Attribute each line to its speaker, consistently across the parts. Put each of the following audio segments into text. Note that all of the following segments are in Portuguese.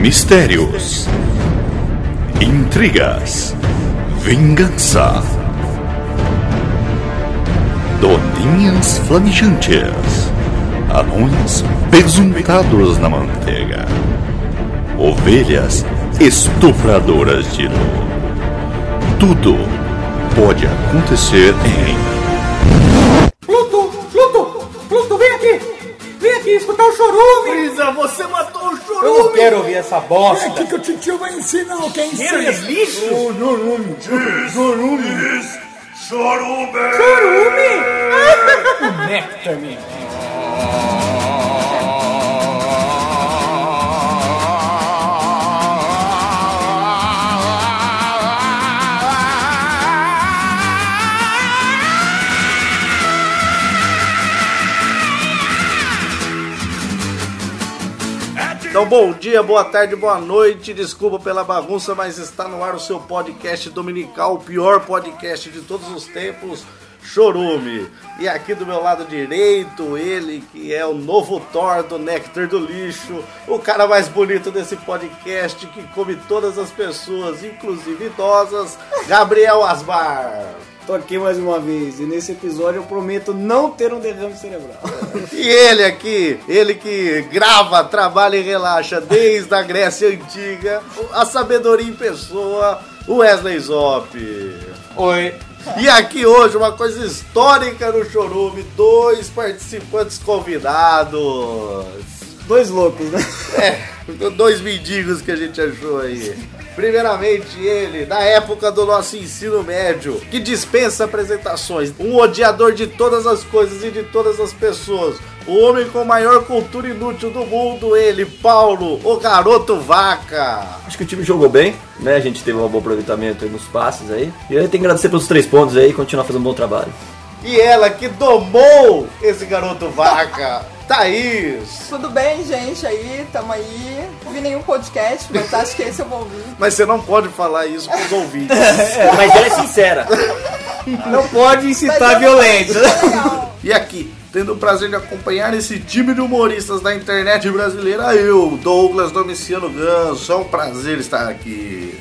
Speaker 1: Mistérios, intrigas, vingança, doninhas flamejantes, anões pesuntados na manteiga, ovelhas estupradoras de luz. Tudo pode acontecer em
Speaker 2: Pluto, Pluto, Pluto, vem aqui! Vem aqui escutar o chorume!
Speaker 3: Brisa, você matou o chorume!
Speaker 4: Eu não quero ouvir essa
Speaker 5: É
Speaker 4: bosta.
Speaker 5: aqui que o titio vai ensinar o que é ensino.
Speaker 3: assim. lixo? O chorume. Diz, chorume. Diz, chorume.
Speaker 2: Chorume!
Speaker 4: Néctar, meu.
Speaker 3: Então, bom dia, boa tarde, boa noite. Desculpa pela bagunça, mas está no ar o seu podcast dominical, o pior podcast de todos os tempos, Chorume. E aqui do meu lado direito, ele que é o novo Thor do Nectar do Lixo, o cara mais bonito desse podcast que come todas as pessoas, inclusive idosas, Gabriel Asbar.
Speaker 6: Tô aqui mais uma vez e nesse episódio eu prometo não ter um derrame cerebral.
Speaker 3: E ele aqui, ele que grava, trabalha e relaxa desde a Grécia Antiga, a sabedoria em pessoa, o Wesley Zop.
Speaker 4: Oi.
Speaker 3: E aqui hoje, uma coisa histórica no Chorume, dois participantes convidados.
Speaker 6: Dois loucos, né?
Speaker 3: É, dois mendigos que a gente achou aí. Primeiramente, ele, da época do nosso ensino médio, que dispensa apresentações, um odiador de todas as coisas e de todas as pessoas, o homem com maior cultura inútil do mundo, ele, Paulo, o garoto vaca.
Speaker 7: Acho que o time jogou bem, né? A gente teve um bom aproveitamento aí nos passes aí. E eu tenho que agradecer pelos três pontos aí e continuar fazendo um bom trabalho.
Speaker 3: E ela que domou esse garoto vaca, Thaís.
Speaker 8: Tudo bem, gente? Aí, tamo aí. Não vi nenhum podcast, mas acho que esse eu vou ouvir.
Speaker 3: Mas você não pode falar isso pros ouvintes.
Speaker 7: mas ela é sincera.
Speaker 4: Não pode
Speaker 8: Mas
Speaker 4: incitar
Speaker 8: eu-
Speaker 4: violência.
Speaker 8: Legal.
Speaker 3: E aqui, tendo o prazer de acompanhar esse time de humoristas da internet brasileira, eu, Douglas Domiciano Ganso, é um prazer estar aqui.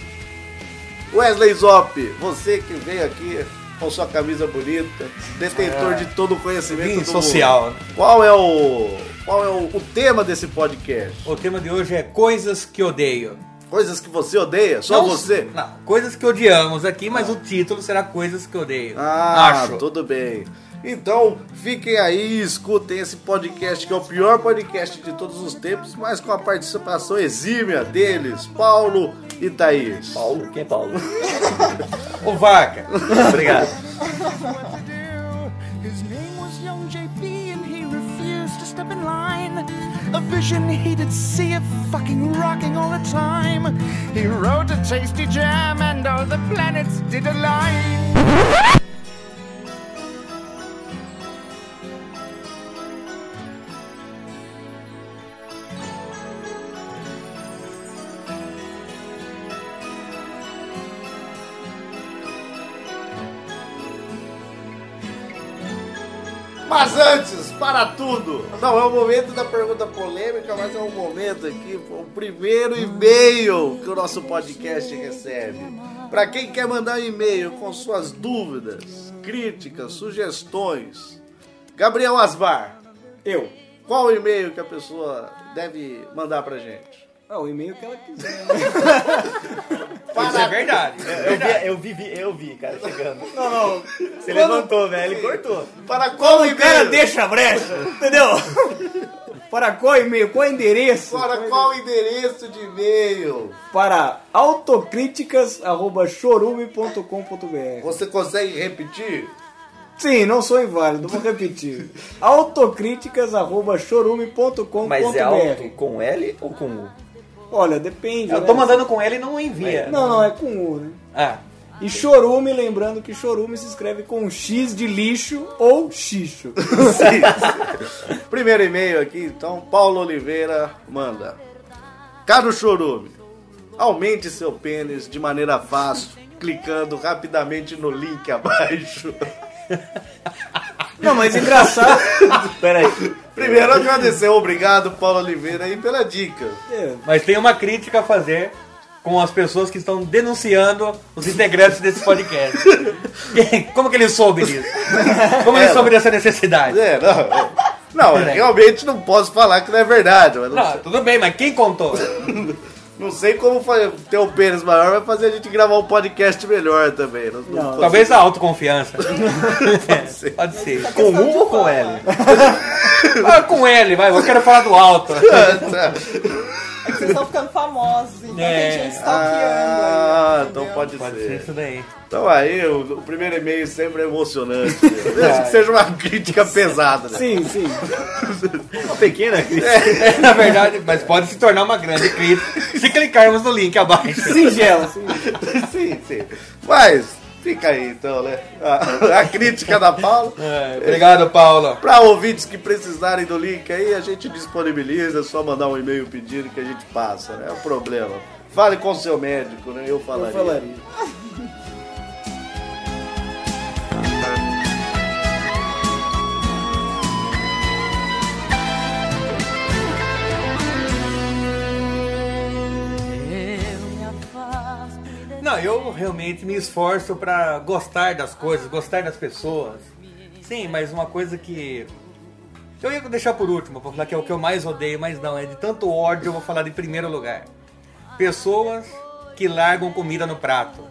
Speaker 3: Wesley Zop, você que veio aqui com sua camisa bonita, detentor de todo o conhecimento
Speaker 4: Bem
Speaker 3: do
Speaker 4: social.
Speaker 3: mundo. Qual é o qual é o, o tema desse podcast?
Speaker 4: O tema de hoje é coisas que odeio.
Speaker 3: Coisas que você odeia? Só
Speaker 4: Não-
Speaker 3: você?
Speaker 4: Não, coisas que odiamos aqui, mas o título será coisas que odeio.
Speaker 3: Ah,
Speaker 4: Acho.
Speaker 3: tudo bem. Então, fiquem aí, escutem esse podcast que é o pior podcast de todos os tempos, mas com a participação exímia deles, Paulo e Thaís.
Speaker 7: Paulo? Quem é Paulo?
Speaker 4: Ô vaca.
Speaker 7: Obrigado.
Speaker 9: His name was Young JP and he refused to step in line. A vision he did see of fucking rocking all the time. He wrote a tasty jam and all the planets did align.
Speaker 3: Mas antes, para tudo! Não, é o momento da pergunta polêmica, mas é o momento aqui, o primeiro e-mail que o nosso podcast recebe. Para quem quer mandar um e-mail com suas dúvidas, críticas, sugestões, Gabriel Asbar.
Speaker 6: Eu.
Speaker 3: Qual o e-mail que a pessoa deve mandar pra gente?
Speaker 6: Ah, o e-mail que ela quiser.
Speaker 4: Isso é verdade.
Speaker 7: Eu vi, eu vi, vi- eu vi, cara, chegando.
Speaker 6: Não, não.
Speaker 7: Você levantou, velho, ele cortou.
Speaker 3: Para qual
Speaker 6: O cara
Speaker 3: e-mail?
Speaker 6: deixa a brecha, entendeu? Para qual e-mail? Qual endereço?
Speaker 3: Para qual endereço de e-mail?
Speaker 6: Para autocríticas.chorume.com.br
Speaker 3: Você consegue repetir?
Speaker 6: Sim, não sou inválido, vou repetir. autocríticas.chorume.com.br
Speaker 7: Mas é alto com L ou com U?
Speaker 6: Olha, depende.
Speaker 4: Eu
Speaker 6: né?
Speaker 4: tô mandando com ele e não envia.
Speaker 6: Não, não, é com U, né?
Speaker 4: Ah,
Speaker 6: E chorume, lembrando que chorume se escreve com um X de lixo ou xixo.
Speaker 3: Primeiro e-mail aqui, então, Paulo Oliveira manda. Caro Chorume, aumente seu pênis de maneira fácil, clicando rapidamente no link abaixo.
Speaker 6: Não, mas engraçado. Peraí.
Speaker 3: Primeiro, agradecer. Obrigado, Paulo Oliveira, aí pela dica.
Speaker 6: É,
Speaker 4: Mas tem uma crítica a fazer com as pessoas que estão denunciando os integrantes desse podcast. Quem- Como que ele soube disso? Como ele soube dessa necessidade?
Speaker 3: É, não. Não, eu realmente não posso falar que não é verdade. Mas É. não,
Speaker 4: Não, tudo bem, mas quem contou?
Speaker 3: não sei como fa- ter um pênis maior vai fazer a gente gravar um podcast melhor também. Nós Não,
Speaker 6: Não.
Speaker 4: Talvez a autoconfiança. Pode
Speaker 3: ser.
Speaker 4: Pode ser.
Speaker 7: Com U ou com L?
Speaker 4: Ah, com L, vai, eu quero falar do alto.
Speaker 8: É que vocês estão ficando famosos, então
Speaker 4: É.
Speaker 8: tem gente stalkeando.
Speaker 3: Ah,
Speaker 8: aí,
Speaker 3: então
Speaker 8: entendeu?
Speaker 3: pode,
Speaker 4: Pode
Speaker 3: ser.
Speaker 4: ser isso daí.
Speaker 3: Então aí, o, o primeiro e-mail sempre é emocionante. né? Mesmo que seja uma crítica pesada. Né?
Speaker 6: Sim, sim.
Speaker 7: Uma pequena crítica.
Speaker 4: É, na verdade, mas pode se tornar uma grande crítica se clicarmos no link abaixo.
Speaker 6: Singela, sim.
Speaker 3: sim, sim. Mas, fica aí então, né? A, a crítica da Paula.
Speaker 4: É, obrigado, Paulo.
Speaker 3: Para ouvintes que precisarem do link aí, a gente disponibiliza, é só mandar um e-mail pedindo que a gente passa, né? É o problema. Fale com o seu médico, né? Eu
Speaker 6: Eu
Speaker 3: falaria.
Speaker 6: falaria.
Speaker 4: Não, eu realmente me esforço pra gostar das coisas, gostar das pessoas. Sim, mas uma coisa que. Eu ia deixar por último, pra falar que é o que eu mais odeio, mas não, é de tanto ódio eu vou falar de primeiro lugar. Pessoas que largam comida no prato.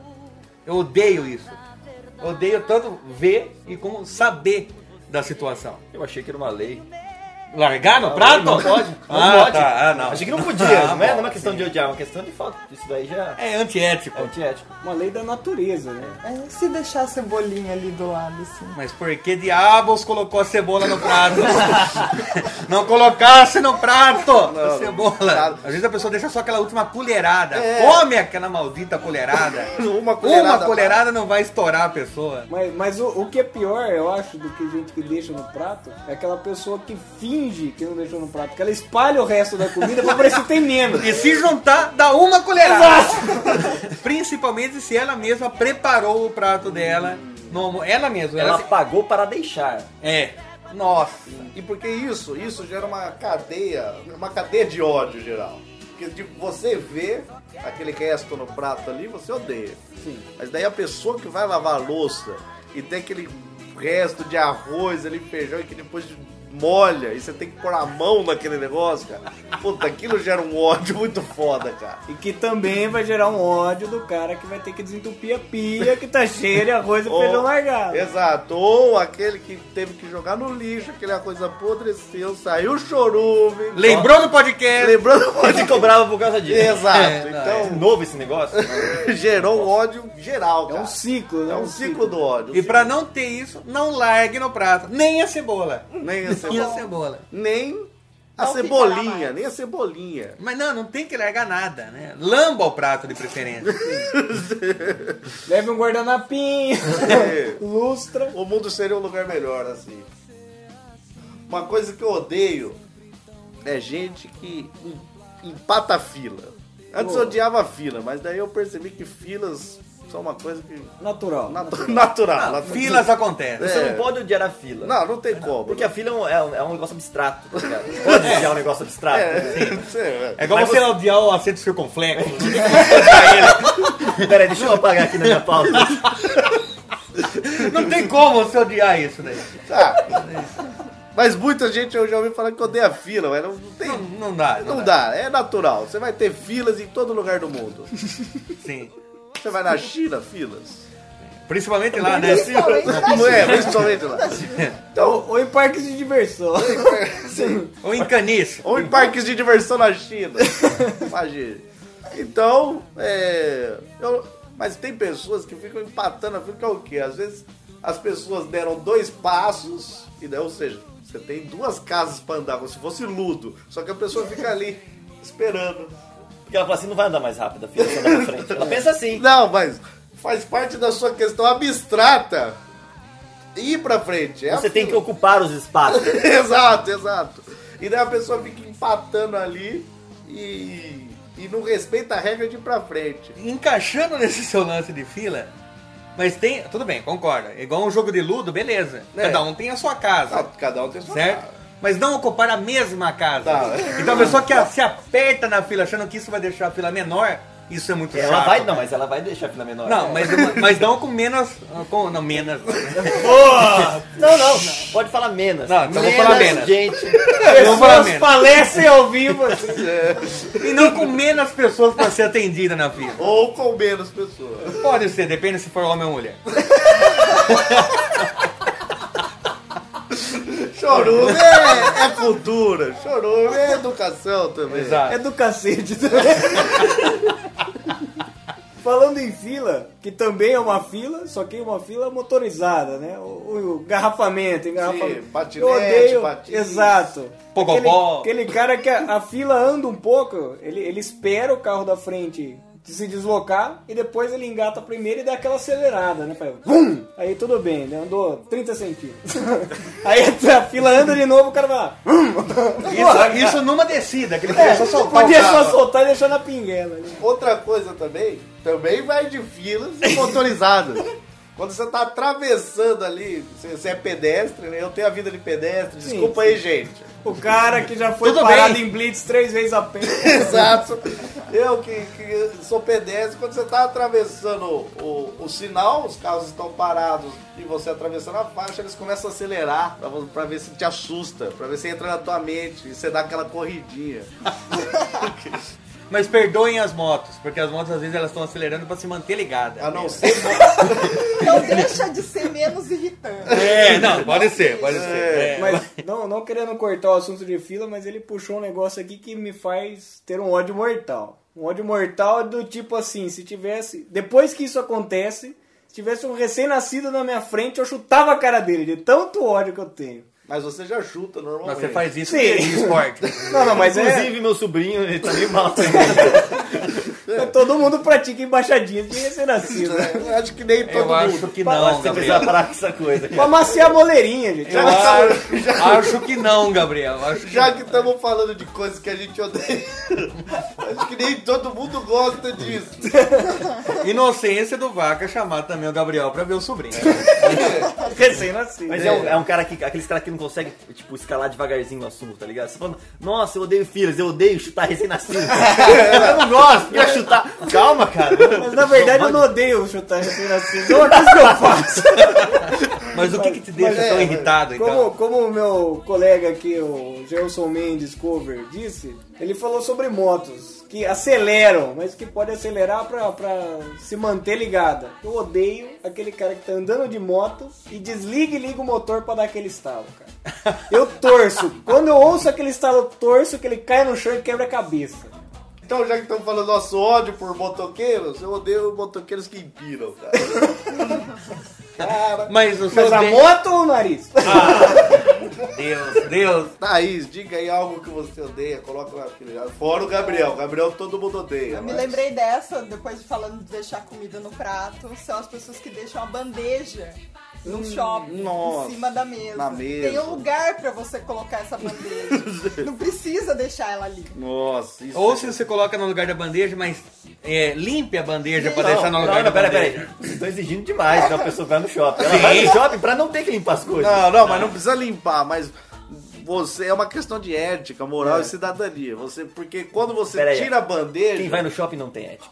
Speaker 4: Eu odeio isso. Eu odeio tanto ver e como saber da situação.
Speaker 7: Eu achei que era uma lei.
Speaker 4: Largar no prato?
Speaker 7: Não pode. Não
Speaker 4: Ah,
Speaker 7: pode.
Speaker 4: tá. Ah, não.
Speaker 7: Achei que não podia.
Speaker 4: Ah,
Speaker 7: não, é,
Speaker 4: bom,
Speaker 7: não é uma questão de odiar, é uma questão de falta. Isso daí já
Speaker 4: É antiético.
Speaker 7: é antiético.
Speaker 6: Uma lei da natureza, né?
Speaker 8: É, se deixar a cebolinha ali do lado, assim.
Speaker 4: Mas por que diabos colocou a cebola no prato? não colocasse no prato a cebola.
Speaker 3: Nada.
Speaker 4: Às vezes a pessoa deixa só aquela última colherada. Come aquela maldita colherada.
Speaker 3: Uma colherada.
Speaker 4: Uma colherada não vai estourar a pessoa.
Speaker 6: Mas, mas o, o que é pior, eu acho, do que gente que deixa no prato, é aquela pessoa que finge que não deixou no prato, que ela espalha o resto da comida pra parecer que tem menos.
Speaker 4: E se juntar, dá uma colherada. Principalmente se ela mesma preparou o prato dela. No, almo- ela mesma. Ela,
Speaker 7: Ela
Speaker 4: se-
Speaker 7: pagou para deixar.
Speaker 4: É. Nossa.
Speaker 3: E porque isso, isso gera uma cadeia, uma cadeia de ódio geral. Porque tipo, você vê aquele resto no prato ali, você odeia.
Speaker 6: Sim.
Speaker 3: Mas daí a pessoa que vai lavar a louça e tem aquele resto de arroz ali, feijão, e que depois molha, e você tem que pôr a mão naquele negócio, cara. Puta, aquilo gera um ódio muito foda, cara.
Speaker 6: E que também vai gerar um ódio do cara que vai ter que desentupir a pia que tá cheia de arroz e feijão
Speaker 7: Ah.
Speaker 6: largado.
Speaker 3: Exato. Ou aquele que teve que jogar no lixo, aquela coisa apodreceu, saiu chorume.
Speaker 4: Lembrou do podcast?
Speaker 3: Lembrando onde
Speaker 7: Você cobrava por causa disso.
Speaker 3: Exato.
Speaker 4: É,
Speaker 7: É
Speaker 3: então,
Speaker 7: novo esse negócio?
Speaker 3: gerou um ódio geral,
Speaker 6: É
Speaker 3: cara.
Speaker 6: um ciclo, né?
Speaker 3: É um ciclo do ódio.
Speaker 4: E pra não ter isso, não largue no prato. Nem a cebola.
Speaker 3: Nem
Speaker 4: E
Speaker 3: a
Speaker 4: a
Speaker 3: cebola.
Speaker 4: cebola.
Speaker 3: Nem a
Speaker 8: Não fica lá
Speaker 3: cebolinha,
Speaker 8: mais.
Speaker 3: nem a cebolinha.
Speaker 4: Mas não, não tem que largar nada, né? Lamba o prato de preferência.
Speaker 6: Leve um guardanapinho,
Speaker 3: É.
Speaker 6: lustra.
Speaker 3: O mundo seria um lugar melhor, assim. Uma coisa que eu odeio é gente que em- empata a fila. Antes eu odiava a fila, mas daí eu percebi que filas são uma coisa que.
Speaker 6: Natural.
Speaker 3: natu- Natural. natural.
Speaker 4: Filas acontecem.
Speaker 7: Você
Speaker 3: É.
Speaker 7: não pode odiar a fila.
Speaker 3: Não, não tem como.
Speaker 7: Porque a fila é um, é um- é um negócio abstrato, tá ligado? Pode odiar um negócio abstrato.
Speaker 3: É,
Speaker 4: É igual
Speaker 7: Mas
Speaker 4: você
Speaker 7: você-
Speaker 4: odiar o acento circunflexo.
Speaker 7: Peraí, deixa eu apagar aqui na minha pauta.
Speaker 4: Não tem como você odiar isso, né?
Speaker 3: Ah, Mas muita gente eu já ouvi falar que odeia a fila, mas não tem.
Speaker 4: Não, não dá. Não,
Speaker 3: Não
Speaker 4: dá.
Speaker 3: dá, é natural. Você vai ter filas em todo lugar do mundo.
Speaker 4: Sim.
Speaker 3: Você vai na China, filas.
Speaker 4: Principalmente lá, né?
Speaker 8: Principalmente na
Speaker 3: Não é, principalmente lá.
Speaker 6: Ou, ou em parques de diversão.
Speaker 4: Ou em caniço.
Speaker 3: Ou em parques de diversão na China. Imagine. Então, é. eu- mas tem pessoas que ficam empatando a fila, que é o quê? Às vezes as pessoas deram dois passos, e daí, ou seja, você tem duas casas pra andar, como se fosse ludo. Só que a pessoa fica ali, esperando.
Speaker 7: Porque ela fala assim, não vai andar mais rápido a fila, você anda pra frente. Ela pensa assim.
Speaker 3: Não, mas faz parte da sua questão abstrata. Ir pra frente. É a
Speaker 7: Você tem que
Speaker 3: fila.
Speaker 7: ocupar os espaços.
Speaker 3: exato, exato. E daí a pessoa fica empatando ali e, e não respeita a regra de ir pra frente.
Speaker 4: Encaixando nesse seu lance de fila, Mas tem. Tudo bem, concordo. É Igual um jogo de ludo, beleza.
Speaker 3: É.
Speaker 4: Cada um tem a sua casa.
Speaker 3: Ah, Cada um tem sua
Speaker 4: certo?
Speaker 3: cara.
Speaker 4: Mas não ocupar a mesma casa.
Speaker 3: Tá.
Speaker 4: Então a pessoa que a- se aperta na fila achando que isso vai deixar a fila menor, isso é muito
Speaker 7: Ela
Speaker 4: chato.
Speaker 7: vai, não, mas ela vai deixar a fila menor.
Speaker 4: Não, mas, mas não com menos. Com, não, menos.
Speaker 7: Não, não, não, pode falar menos.
Speaker 4: Não, então eu vou falar menos.
Speaker 7: Gente,
Speaker 4: Eu vou falar menos.
Speaker 6: falecem ao vivo. assim.
Speaker 4: E não com menos pessoas pra ser atendida na fila.
Speaker 3: Ou com menos pessoas.
Speaker 4: Pode ser, depende se for homem ou mulher.
Speaker 3: Chorume é, é cultura, chorume é educação também.
Speaker 6: É do cacete. Falando em fila, que também é uma fila, só que é uma fila motorizada, né? O, o garrafamento, engarrafamento.
Speaker 3: Sim, patinete,
Speaker 6: Eu odeio.
Speaker 3: patins.
Speaker 6: Exato.
Speaker 4: Pogobol.
Speaker 6: Aquele, aquele cara que a, a fila anda um pouco, ele, ele espera o carro da frente se deslocar e depois ele engata primeiro e dá aquela acelerada, né? Faz Vum! Aí tudo bem, né? andou 30 centímetros. Aí a fila anda de novo, o cara vai lá.
Speaker 4: Isso, isso numa descida, que ele
Speaker 6: É,
Speaker 4: começou a soltar.
Speaker 6: podia
Speaker 3: o
Speaker 6: só
Speaker 3: carro.
Speaker 6: soltar e deixar na pinguela. né?
Speaker 3: Outra coisa também, também vai de filas e motorizadas. Quando você tá atravessando ali, você, você é pedestre, né? Eu tenho a vida de pedestre, desculpa aí, gente.
Speaker 6: O cara que já foi
Speaker 4: Tudo
Speaker 6: parado
Speaker 4: bem.
Speaker 6: em blitz três vezes apenas.
Speaker 3: Exato. Eu que, que sou pedestre, quando você tá atravessando o, o sinal, os carros estão parados e você atravessando a faixa, eles começam a acelerar pra, vo- pra ver se te assusta, pra ver se entra na tua mente e você dá aquela corridinha.
Speaker 4: Mas perdoem as motos, porque as motos às vezes elas estão acelerando pra se manter ligada.
Speaker 3: A Ah, não ser
Speaker 8: Não deixa de ser menos irritante.
Speaker 4: É, não, pode ser, pode ser. É.
Speaker 6: Mas não, não querendo cortar o assunto de fila, mas ele puxou um negócio aqui que me faz ter um ódio mortal. Um ódio mortal é do tipo assim, se tivesse. Depois que isso acontece, se tivesse um recém-nascido na minha frente, eu chutava a cara dele, de tanto ódio que eu tenho.
Speaker 3: Mas você já chuta normalmente.
Speaker 4: Mas você faz isso
Speaker 6: Sim.
Speaker 4: porque é esporte.
Speaker 6: Não, não, mas é.
Speaker 7: inclusive meu sobrinho, ele tá meio mal.
Speaker 6: é
Speaker 4: é.
Speaker 6: Todo mundo pratica embaixadinhas de recém-nascido. né?
Speaker 3: É, Eu acho que nem todo
Speaker 4: Eu acho
Speaker 3: mundo.
Speaker 4: que não,
Speaker 7: Você precisa
Speaker 4: Gabriel.
Speaker 7: parar com essa coisa.
Speaker 4: É.
Speaker 6: Pra maciar a moleirinha, gente.
Speaker 3: Já que-
Speaker 4: Acho que não, Gabriel. Acho que
Speaker 3: Já que estamos falando de coisas que a gente odeia, acho que nem todo mundo gosta disso.
Speaker 4: Inocência do Vaca chamar também o Gabriel pra ver o sobrinho.
Speaker 6: Recém-nascido.
Speaker 7: Mas é um, é um cara que. Aqueles caras que não conseguem, tipo, escalar devagarzinho o assunto, tá ligado? Você falando, nossa, eu odeio filhas, eu odeio chutar recém-nascido. eu não gosto, eu ia chutar. Calma, cara.
Speaker 6: Mas na verdade eu não odeio chutar recém-nascido. Não é isso que eu faço.
Speaker 4: Mas o que que te deixa
Speaker 6: mas é,
Speaker 4: tão irritado,
Speaker 6: Como,
Speaker 4: então?
Speaker 6: como o meu colega aqui, o Gelson Mendes Cover, disse, ele falou sobre motos que aceleram, mas que pode acelerar pra, pra se manter ligada. Eu odeio aquele cara que tá andando de moto e desliga e liga o motor pra dar aquele estalo, cara. Eu torço. Quando eu ouço aquele estalo, eu torço que ele cai no chão e quebra a cabeça.
Speaker 3: Então, já que estamos falando do nosso ódio por motoqueiros, eu odeio motoqueiros que empiram, cara.
Speaker 4: Mas o
Speaker 6: Mas
Speaker 4: seu
Speaker 6: a
Speaker 4: de-
Speaker 6: moto ou o nariz?
Speaker 7: Ah.
Speaker 4: Deus, Deus.
Speaker 3: Thaís, diga aí algo que você odeia, coloca na fila. Fora o Gabriel, o Gabriel todo mundo odeia.
Speaker 8: Eu me
Speaker 3: mas-
Speaker 8: lembrei dessa, depois de falando de deixar comida no prato, são as pessoas que deixam a bandeja no
Speaker 7: Hum,
Speaker 8: shopping,
Speaker 3: nossa,
Speaker 8: em cima da mesa.
Speaker 3: na mesa.
Speaker 8: Tem um lugar pra você colocar essa bandeja. Não precisa deixar ela ali.
Speaker 3: Nossa, isso
Speaker 4: Ou
Speaker 3: é-
Speaker 4: se você coloca no lugar da bandeja, mas é, limpe a bandeja pra
Speaker 7: Não,
Speaker 4: deixar no
Speaker 7: não,
Speaker 4: lugar
Speaker 7: não,
Speaker 4: da
Speaker 7: pera,
Speaker 4: bandeja.
Speaker 7: pera aí. Vocês estão exigindo demais da pessoa vai no shopping. Ela vai no shopping pra não ter que limpar as coisas.
Speaker 3: é Não, não, mas não precisa limpar, mas... Você é uma questão de ética, moral e cidadania. Você, porque quando você
Speaker 7: É. Pera aí.
Speaker 3: tira a bandeja.
Speaker 7: Quem vai no shopping não tem ética.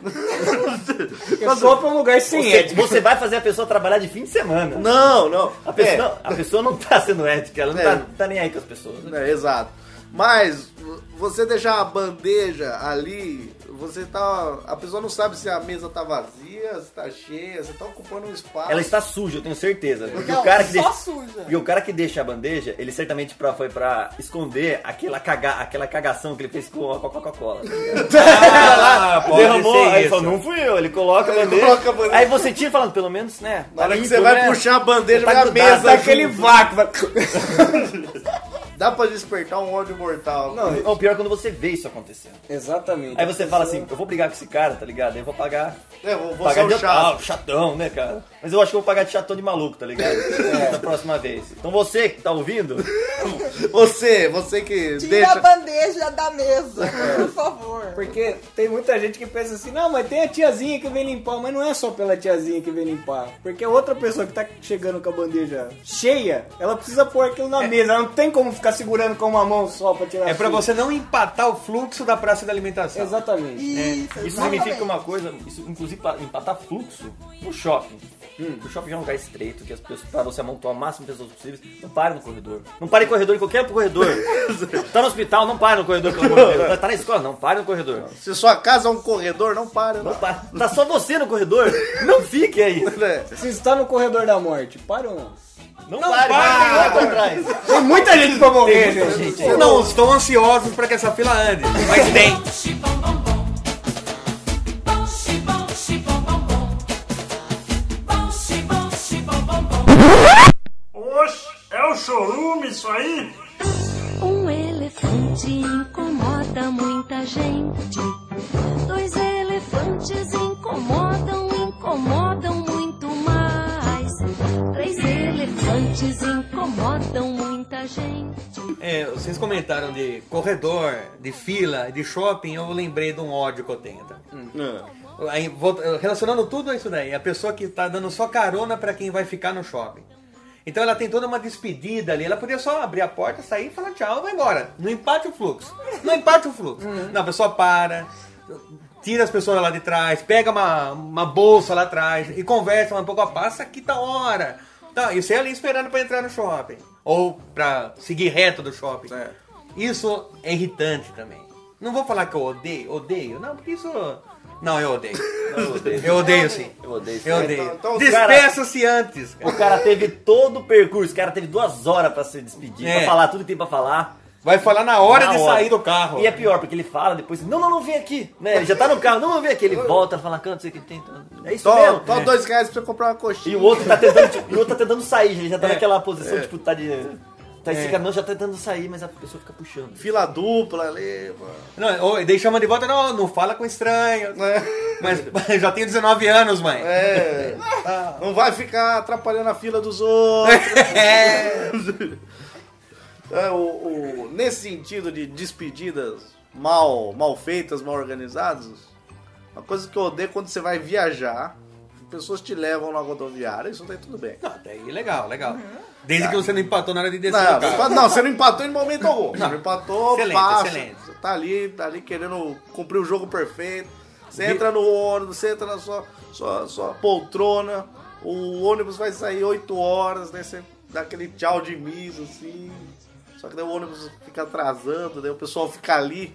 Speaker 6: Eu sou pra um lugar sem
Speaker 7: Você,
Speaker 6: ética.
Speaker 7: você vai fazer a pessoa trabalhar de fim de semana.
Speaker 3: Não, não.
Speaker 7: A pessoa,
Speaker 3: É.
Speaker 7: não, a pessoa não tá sendo ética, ela não
Speaker 3: É.
Speaker 7: tá, tá nem aí com as pessoas.
Speaker 3: É, exato. Mas v- você deixar a bandeja ali, você tá. A pessoa não sabe se a mesa tá vazia, se tá cheia, você tá ocupando um espaço.
Speaker 7: Ela está suja, eu tenho certeza. Porque
Speaker 8: Não,
Speaker 7: o cara que
Speaker 8: só
Speaker 7: deixa,
Speaker 8: suja.
Speaker 7: E o cara que deixa a bandeja, ele certamente pra, foi pra esconder aquela, caga, aquela cagação que ele fez com a Coca-Cola. tá ligado?
Speaker 4: Ah, pode
Speaker 7: Derramou,
Speaker 4: ser
Speaker 7: aí ele
Speaker 4: isso.
Speaker 7: falou, não fui eu. Ele coloca a bandeja.
Speaker 3: coloca a bandeja.
Speaker 7: Aí você tira falando, pelo menos, né?
Speaker 3: Na hora que
Speaker 7: limpo,
Speaker 3: você vai
Speaker 7: né?
Speaker 3: puxar a bandeja,
Speaker 7: Tá
Speaker 3: vai a
Speaker 7: grudado,
Speaker 3: mesa.
Speaker 7: tá
Speaker 3: junto.
Speaker 6: Aquele vácuo. vai-
Speaker 3: Dá pra despertar um ódio mortal.
Speaker 6: Não,
Speaker 7: Não, pior é quando você vê isso acontecendo.
Speaker 6: Exatamente.
Speaker 7: Aí você fala assim, eu vou brigar com esse cara, tá ligado? Eu vou pagar.
Speaker 3: É, vou- vou
Speaker 7: pagar
Speaker 3: ser um
Speaker 7: de
Speaker 3: chato.
Speaker 7: ah, chatão, né, cara? Mas eu acho que eu vou pagar de chatão de maluco, tá ligado?
Speaker 3: É.
Speaker 7: Da próxima vez. Então você que tá ouvindo,
Speaker 3: Você, você que
Speaker 8: Tira a
Speaker 3: deixa.
Speaker 7: É.
Speaker 8: bandeja da mesa, por favor.
Speaker 6: Porque tem muita gente que pensa assim, não, mas tem a tiazinha que vem limpar, mas não é só pela tiazinha que vem limpar. Porque outra pessoa que tá chegando com a bandeja cheia, ela precisa pôr aquilo na mesa. Ela não tem como ficar segurando com uma mão só É. pra tirar
Speaker 4: É pra
Speaker 6: suco.
Speaker 4: você não empatar o fluxo da praça da alimentação.
Speaker 6: Exatamente.
Speaker 8: Isso,
Speaker 7: É, Isso significa uma coisa, isso inclusive pra empatar fluxo no shopping. O shopping já é um lugar estreito, que as pessoas, pra você amontoar o máximo de pessoas possíveis, não pare no corredor. Não pare em corredor, em qualquer corredor. tá no hospital, não pare no corredor, pelo amor de Deus. Tá na escola, não pare no corredor.
Speaker 3: Se sua casa é um corredor, não para. Não.
Speaker 7: Não pare. Tá só você no corredor, não fique aí.
Speaker 3: É.
Speaker 6: Se está no corredor da morte, para ou não?
Speaker 7: Não, pare, vai pra trás.
Speaker 6: Tem muita gente pra morrer,
Speaker 4: muita
Speaker 6: gente.
Speaker 4: Não estão ansiosos pra que essa fila ande, mas tem.
Speaker 10: Um elefante incomoda muita gente. Dois elefantes incomodam, incomodam muito mais. Três elefantes incomodam muita gente.
Speaker 4: É, vocês comentaram de corredor, de fila, de shopping, eu lembrei de um ódio que eu tenho. Tá? Aí, volta- relacionando tudo a isso daí, a pessoa que tá dando só carona pra quem vai ficar no shopping. Então ela tem toda uma despedida ali, ela podia só abrir a porta, sair, falar tchau e vai embora. Não empate o fluxo. Não empate o fluxo. Não, a pessoa para, tira as pessoas lá de trás, pega uma, uma bolsa lá atrás e conversa um pouco, ó, passa aqui tá hora. Tá, e você ali esperando pra entrar no shopping. Ou pra seguir reto do shopping. Isso é irritante também. Não vou falar que eu odeio, odeio, não, porque isso. Não, eu odeio. Eu odeio, sim.
Speaker 7: Eu odeio isso.
Speaker 4: Eu odeio.
Speaker 3: então, então,
Speaker 4: Despeça-se antes.
Speaker 7: O cara teve todo o percurso, o cara teve duas horas pra se despedir,
Speaker 4: É.
Speaker 7: pra falar tudo que tem pra falar.
Speaker 4: Vai falar na hora
Speaker 7: Na
Speaker 4: de
Speaker 7: hora.
Speaker 4: sair do carro.
Speaker 7: E é pior, porque ele fala depois, não, não, não, vem aqui. Né? Ele já tá no carro, não, não, vem aqui. Ele volta, fala, canto, sei o que tem. É isso
Speaker 3: Tó,
Speaker 7: mesmo.
Speaker 3: tó
Speaker 7: É.
Speaker 3: dois reais pra você comprar uma
Speaker 7: E
Speaker 3: coxinha.
Speaker 7: o outro tá tentando, tipo, e o outro tá tentando sair, ele já tá
Speaker 4: É.
Speaker 7: naquela posição, tipo, tá de... Tá esticando, já tá tentando sair, mas a pessoa fica puxando.
Speaker 3: Fila dupla ali, mano.
Speaker 4: Não, ou daí chama de volta, não, não fala com estranho. Mas eu já tenho 19 anos, mãe.
Speaker 3: É. Não vai ficar atrapalhando a fila dos outros. É, o, o- nesse sentido de despedidas mal, mal feitas, mal organizadas, uma coisa que eu odeio é quando você vai viajar, pessoas te levam na rodoviária, isso daí tudo bem.
Speaker 4: Não, daí legal, legal. Desde que você não empatou na hora de descer
Speaker 3: Não,
Speaker 4: do carro.
Speaker 3: empa- não, você não empatou em momento algum. Você não empatou,
Speaker 4: Excelente,
Speaker 3: passa.
Speaker 4: excelente.
Speaker 3: Você tá ali, tá ali querendo cumprir o jogo perfeito. Você entra no ônibus, você entra na sua, sua, sua poltrona. O ônibus vai sair 8 horas, daí você dá aquele tchau de misa, assim. Só que daí o ônibus fica atrasando, daí o pessoal fica ali.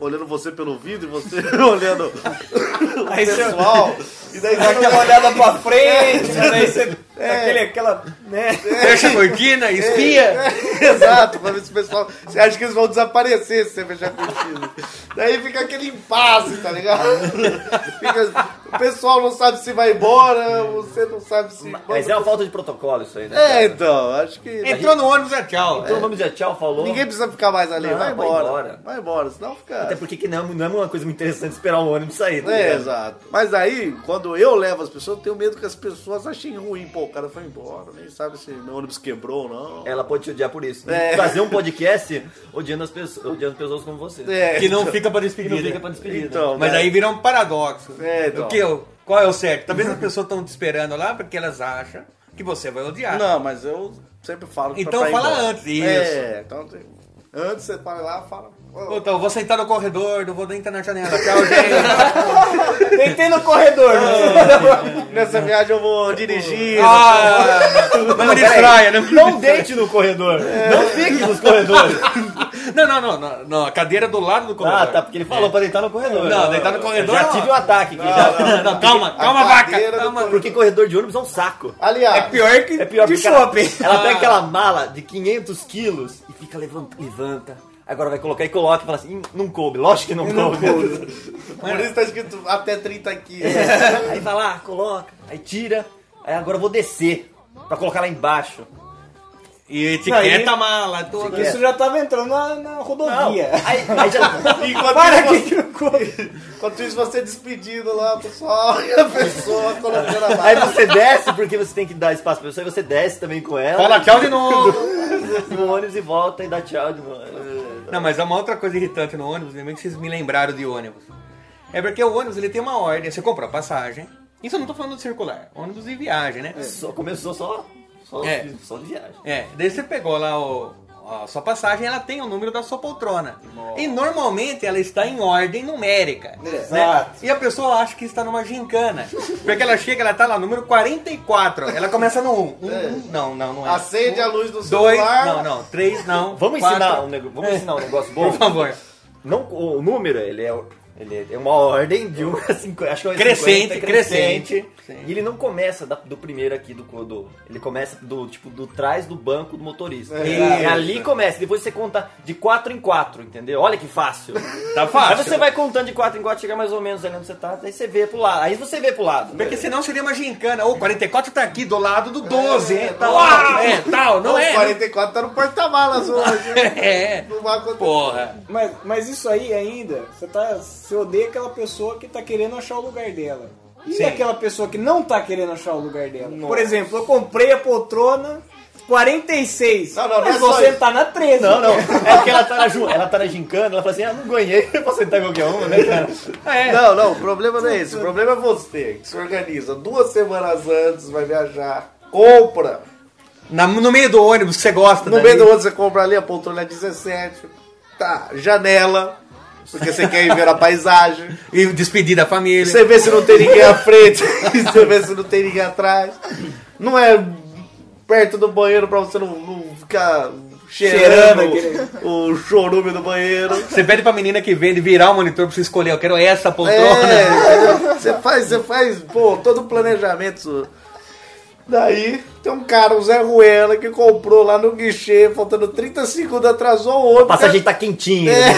Speaker 3: Olhando você pelo vidro e você olhando o pessoal. E daí
Speaker 6: Dá aquela olhada pra frente, né? Você, aquele, aquela, né?
Speaker 4: Fecha a cortina, espia.
Speaker 3: Exato, pra ver se o pessoal. Você acha que eles vão desaparecer se você fechar a cortina. Daí fica aquele impasse, tá ligado? Fica- o pessoal não sabe se vai embora, você não sabe se.
Speaker 7: Mas é uma falta de protocolo isso aí, né?
Speaker 3: É,
Speaker 7: cara?
Speaker 3: então, acho que.
Speaker 4: Entrou no ônibus, é tchau.
Speaker 7: Então vamos dizer tchau, falou.
Speaker 3: Ninguém precisa ficar mais ali,
Speaker 7: Não,
Speaker 3: vai
Speaker 7: vai
Speaker 3: embora.
Speaker 7: embora.
Speaker 3: Vai embora, senão fica.
Speaker 7: Até porque que não, não é uma coisa muito interessante esperar o ônibus sair, tá
Speaker 3: É,
Speaker 7: ligado?
Speaker 3: exato. Mas aí, quando eu levo as pessoas, eu tenho medo que as pessoas achem ruim. Pô, o cara foi embora, nem sabe se meu ônibus quebrou ou não.
Speaker 7: Ela pode te odiar por isso.
Speaker 3: É.
Speaker 7: Fazer um podcast odiando as pessoas, odiando pessoas como você.
Speaker 3: É,
Speaker 4: Que não fica pra
Speaker 7: Que
Speaker 4: despedida.
Speaker 7: não fica pra despedida.
Speaker 3: Então,
Speaker 4: Mas
Speaker 3: né?
Speaker 4: aí vira um paradoxo.
Speaker 3: É, então.
Speaker 4: o que, eu- qual é o certo? Talvez as pessoas estão te esperando lá porque elas acham que você vai odiar.
Speaker 3: Não, mas eu sempre falo que
Speaker 4: Então
Speaker 3: pra ir
Speaker 4: fala
Speaker 3: embora.
Speaker 4: antes, isso.
Speaker 3: É, então tem- antes você para lá, fala.
Speaker 4: Ou Então, eu vou sentar no corredor, não vou nem entrar na janela. Tchau, gente.
Speaker 6: Deitei no corredor, né?
Speaker 3: Nessa viagem eu vou dirigir.
Speaker 4: Ah, mas não distraia, né?
Speaker 7: Não deite no corredor. Não fique nos corredores.
Speaker 4: Não, não, não, não, não, A cadeira do lado do corredor.
Speaker 7: Ah, tá, porque ele falou pra deitar no corredor.
Speaker 4: Não, deitar no corredor.
Speaker 7: Já tive um ataque aqui. já.
Speaker 4: Não, não, calma, calma,
Speaker 3: cadeira
Speaker 4: vaca.
Speaker 3: do
Speaker 4: Calma.
Speaker 7: Porque corredor de ônibus é um saco.
Speaker 3: Aliás,
Speaker 6: Pior que
Speaker 7: É pior
Speaker 6: de
Speaker 7: porque ela,
Speaker 6: shopping.
Speaker 7: ela pega aquela mala de 500 quilos e fica levanta, levanta. Agora vai colocar e coloca e fala assim, "Hum, não coube, lógico que não coube.
Speaker 3: por isso tá escrito até 30 aqui.
Speaker 6: É.
Speaker 7: aí vai lá, coloca, aí tira, aí agora eu vou descer pra colocar lá embaixo.
Speaker 4: E etiqueta
Speaker 6: Aí-
Speaker 4: a mala toda.
Speaker 6: Isso já tava entrando na, na
Speaker 7: Não,
Speaker 6: rodovia.
Speaker 7: aí, aí já...
Speaker 3: Enquanto,
Speaker 6: Para
Speaker 3: isso,
Speaker 6: que
Speaker 3: você, enquanto isso, você despedindo lá, pessoal, e a pessoa colocando
Speaker 6: É.
Speaker 3: a
Speaker 7: Aí
Speaker 3: barra.
Speaker 7: você desce, porque você tem que dar espaço pra pessoa, e você desce também com ela.
Speaker 4: Fala tchau de novo.
Speaker 7: no ônibus e volta e dá tchau de novo.
Speaker 4: Não, mas há uma outra coisa irritante no ônibus, lembra que vocês me lembraram de ônibus. É porque o ônibus ele tem uma ordem, você compra a passagem. Isso eu não tô falando de circular, ônibus de viagem, né?
Speaker 7: Só começou só, só,
Speaker 4: É.
Speaker 7: de, só de viagem.
Speaker 4: É, daí você pegou lá o- a sua passagem, ela tem o número da sua poltrona. E normalmente ela está em ordem numérica. né?
Speaker 6: Exato.
Speaker 4: E a pessoa acha que está numa gincana. Porque ela chega, ela tá lá, número 44. Ela começa no 1. Um, um, não, não, não é.
Speaker 3: Acende
Speaker 4: Um,
Speaker 3: a luz do
Speaker 4: Dois,
Speaker 3: celular.
Speaker 4: não, não. Três, não.
Speaker 7: Vamos
Speaker 4: quatro, É.
Speaker 7: ensinar um negócio, vamos ensinar um negócio bom.
Speaker 4: Por favor.
Speaker 7: Não, o número, ele é, ele é uma ordem de um a 50, acho que é
Speaker 4: Crescente,
Speaker 7: 50,
Speaker 4: crescente. Sim.
Speaker 7: E ele não começa da- do primeiro aqui do, do ele começa do tipo do trás do banco do motorista.
Speaker 4: É.
Speaker 7: E ali começa, depois você conta de 4 em 4, entendeu? Olha que fácil.
Speaker 4: Tá fácil.
Speaker 7: Aí você vai contando de 4 em 4, chega mais ou menos ali onde você tá, aí você vê pro lado. Aí você vê pro lado.
Speaker 4: Porque senão seria uma gincana. Ô, 44 tá aqui do lado do 12,
Speaker 3: É,
Speaker 4: hein? Tal,
Speaker 3: uau!
Speaker 4: é, tal, não
Speaker 3: Não,
Speaker 4: é?
Speaker 3: 44 tá no porta-malas hoje.
Speaker 4: É,
Speaker 3: Não vai acontecer.
Speaker 4: porra.
Speaker 6: Mas, mas isso aí ainda, você, tá, você odeia aquela pessoa que tá querendo achar o lugar dela. E
Speaker 4: Sim.
Speaker 6: aquela pessoa que não tá querendo achar o lugar dela? Por exemplo, eu comprei a poltrona 46.
Speaker 3: Não, não, não
Speaker 6: mas
Speaker 3: é só
Speaker 6: você
Speaker 3: isso.
Speaker 6: tá na 13.
Speaker 7: Não, não. É porque ela tá na, ju- ela tá na gincana, ela fala assim, ah, não ganhei, eu posso sentar em qualquer uma, né, cara?
Speaker 4: É.
Speaker 3: Não, não, o problema não é esse. O problema é você que se organiza duas semanas antes, vai viajar, compra.
Speaker 4: Na- no meio do ônibus que você gosta
Speaker 3: No
Speaker 4: dali.
Speaker 3: meio do outro você compra ali a poltrona é 17. Tá, janela. Porque você quer ir ver a paisagem.
Speaker 4: E despedir da família.
Speaker 3: Você vê se não tem ninguém à frente. Você vê se não tem ninguém atrás. Não é perto do banheiro pra você não, não ficar cheirando,
Speaker 6: Cheirando aquele-
Speaker 3: o chorume do banheiro.
Speaker 4: Você pede pra menina que vende virar o monitor pra você escolher, eu quero essa
Speaker 7: né?
Speaker 4: poltrona.
Speaker 3: É, entendeu? você faz, você faz, pô, todo o planejamento. Daí tem um cara, o Zé Ruela, que comprou lá no guichê, faltando 30 segundos, atrasou o outro.
Speaker 7: A passagem tá quentinha.
Speaker 3: É.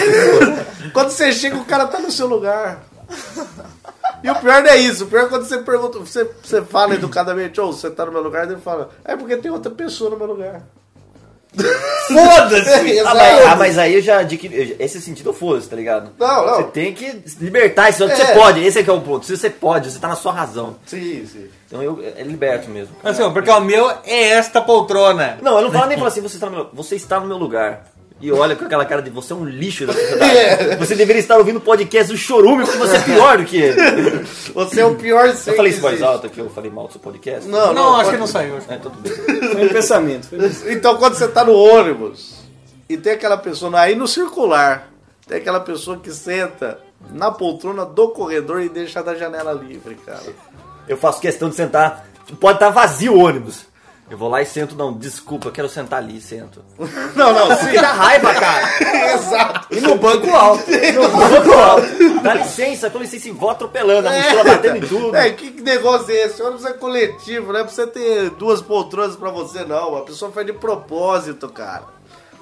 Speaker 3: Quando você chega, o cara tá no seu lugar. E o pior não é isso, o pior é quando você pergunta, você, você fala educadamente, ou você tá no meu lugar, ele fala, é porque tem outra pessoa no meu lugar.
Speaker 7: Foda-se!
Speaker 3: Exato.
Speaker 7: ah, mas, ah, mas aí eu já adquiri. eu já- Esse sentido foda-se, tá ligado?
Speaker 3: Não, não.
Speaker 7: Você tem que libertar isso.
Speaker 3: É.
Speaker 7: Você pode, esse é que é o ponto. Se você pode, você tá na sua razão.
Speaker 3: Sim, sim.
Speaker 7: Então eu é liberto mesmo.
Speaker 4: Assim, ó, porque o meu é esta poltrona.
Speaker 7: Não, eu não falo nem falo assim, você está no meu, você está no meu lugar. E olha com aquela cara de você é um lixo da sociedade.
Speaker 3: É.
Speaker 7: Você deveria estar ouvindo o podcast do Chorume, porque você é pior do que ele.
Speaker 3: Você é o pior ser.
Speaker 7: Eu falei
Speaker 3: que
Speaker 7: isso mais
Speaker 3: existe.
Speaker 7: alto aqui, eu falei mal do seu podcast.
Speaker 3: Não, não,
Speaker 4: Não, acho
Speaker 3: pode-
Speaker 4: que não saiu.
Speaker 7: É, tudo bem.
Speaker 6: Foi um pensamento. Foi um pensamento.
Speaker 3: Então quando você tá no ônibus e tem aquela pessoa aí no circular, tem aquela pessoa que senta na poltrona do corredor e deixa da janela livre, cara.
Speaker 7: Eu faço questão de sentar. Pode estar vazio o ônibus. Eu vou lá e sento, não, desculpa, eu quero sentar ali, e sento.
Speaker 3: Não, não, sim.
Speaker 7: Que dá raiva, cara!
Speaker 3: Exato.
Speaker 7: E no banco alto. No banco alto. Dá licença, com licença, e vou atropelando, a mochila batendo em tudo.
Speaker 3: É, que negócio é esse? Ônibus é coletivo, não é pra você ter duas poltronas pra você, não. A pessoa faz de propósito, cara.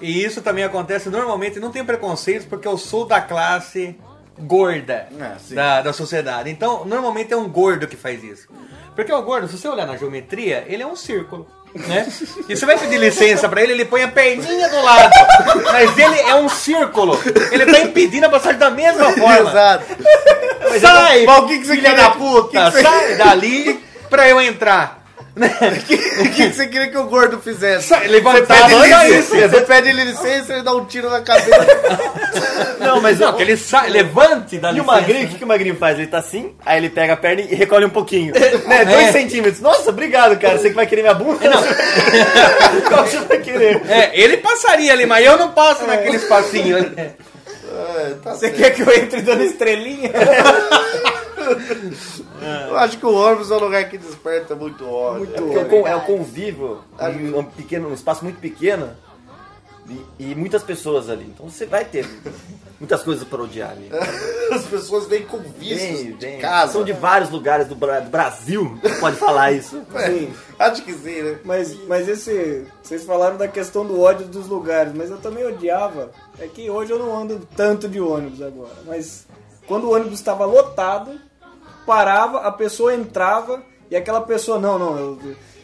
Speaker 4: E isso também acontece normalmente, não tem preconceitos, porque eu sou da classe gorda
Speaker 3: É, sim.
Speaker 4: da, da sociedade. Então, normalmente é um gordo que faz isso. Porque o gordo, se você olhar na geometria, ele é um círculo. Né? E você vai pedir licença pra ele, ele põe a perninha do lado. Mas ele é um círculo. Ele tá impedindo a passagem da mesma forma.
Speaker 3: Exato.
Speaker 4: Sai!
Speaker 3: Mas o que, que você
Speaker 4: Filha
Speaker 3: quer
Speaker 4: da
Speaker 3: da
Speaker 4: puta,
Speaker 3: puta?
Speaker 4: sai dali pra eu entrar.
Speaker 3: O que, que você queria que o gordo fizesse?
Speaker 4: Sai,
Speaker 3: Você
Speaker 4: levantar
Speaker 3: pede,
Speaker 4: olha tá isso.
Speaker 3: licença, você pede ele licença, ele dá um tiro na cabeça.
Speaker 7: Não, mas
Speaker 4: Não, que ele sai, levante da
Speaker 7: E o
Speaker 4: licença.
Speaker 7: magrinho, o que, que o magrinho faz? Ele tá assim, aí ele pega a perna e recolhe um pouquinho. né? Dois
Speaker 4: É.
Speaker 7: centímetros. Nossa, obrigado, cara. Você que vai querer minha bunda? Não. Qual que você vai querer?
Speaker 4: É, ele passaria ali, mas eu não passo naquele espacinho. né?
Speaker 3: É, tá
Speaker 6: É. Você
Speaker 3: certo.
Speaker 6: quer que eu entre dando estrelinha?
Speaker 3: Eu acho que o ônibus é um lugar que desperta muito ódio.
Speaker 6: Muito
Speaker 7: É, porque o con- é o convívio, em um, pequeno, um espaço muito pequeno e, e muitas pessoas ali. Então você vai ter muitas coisas para odiar ali.
Speaker 3: As pessoas vêm com vícios
Speaker 7: Vem,
Speaker 3: de
Speaker 7: vem.
Speaker 3: casa.
Speaker 7: São de vários lugares do, Bra- do Brasil que pode falar isso.
Speaker 6: Sim.
Speaker 3: Acho que sim, né?
Speaker 6: Mas, mas esse. Vocês falaram da questão do ódio dos lugares, mas eu também odiava. É que hoje eu não ando tanto de ônibus agora. Mas quando o ônibus estava lotado, parava, a pessoa entrava e aquela pessoa, não, não, eu.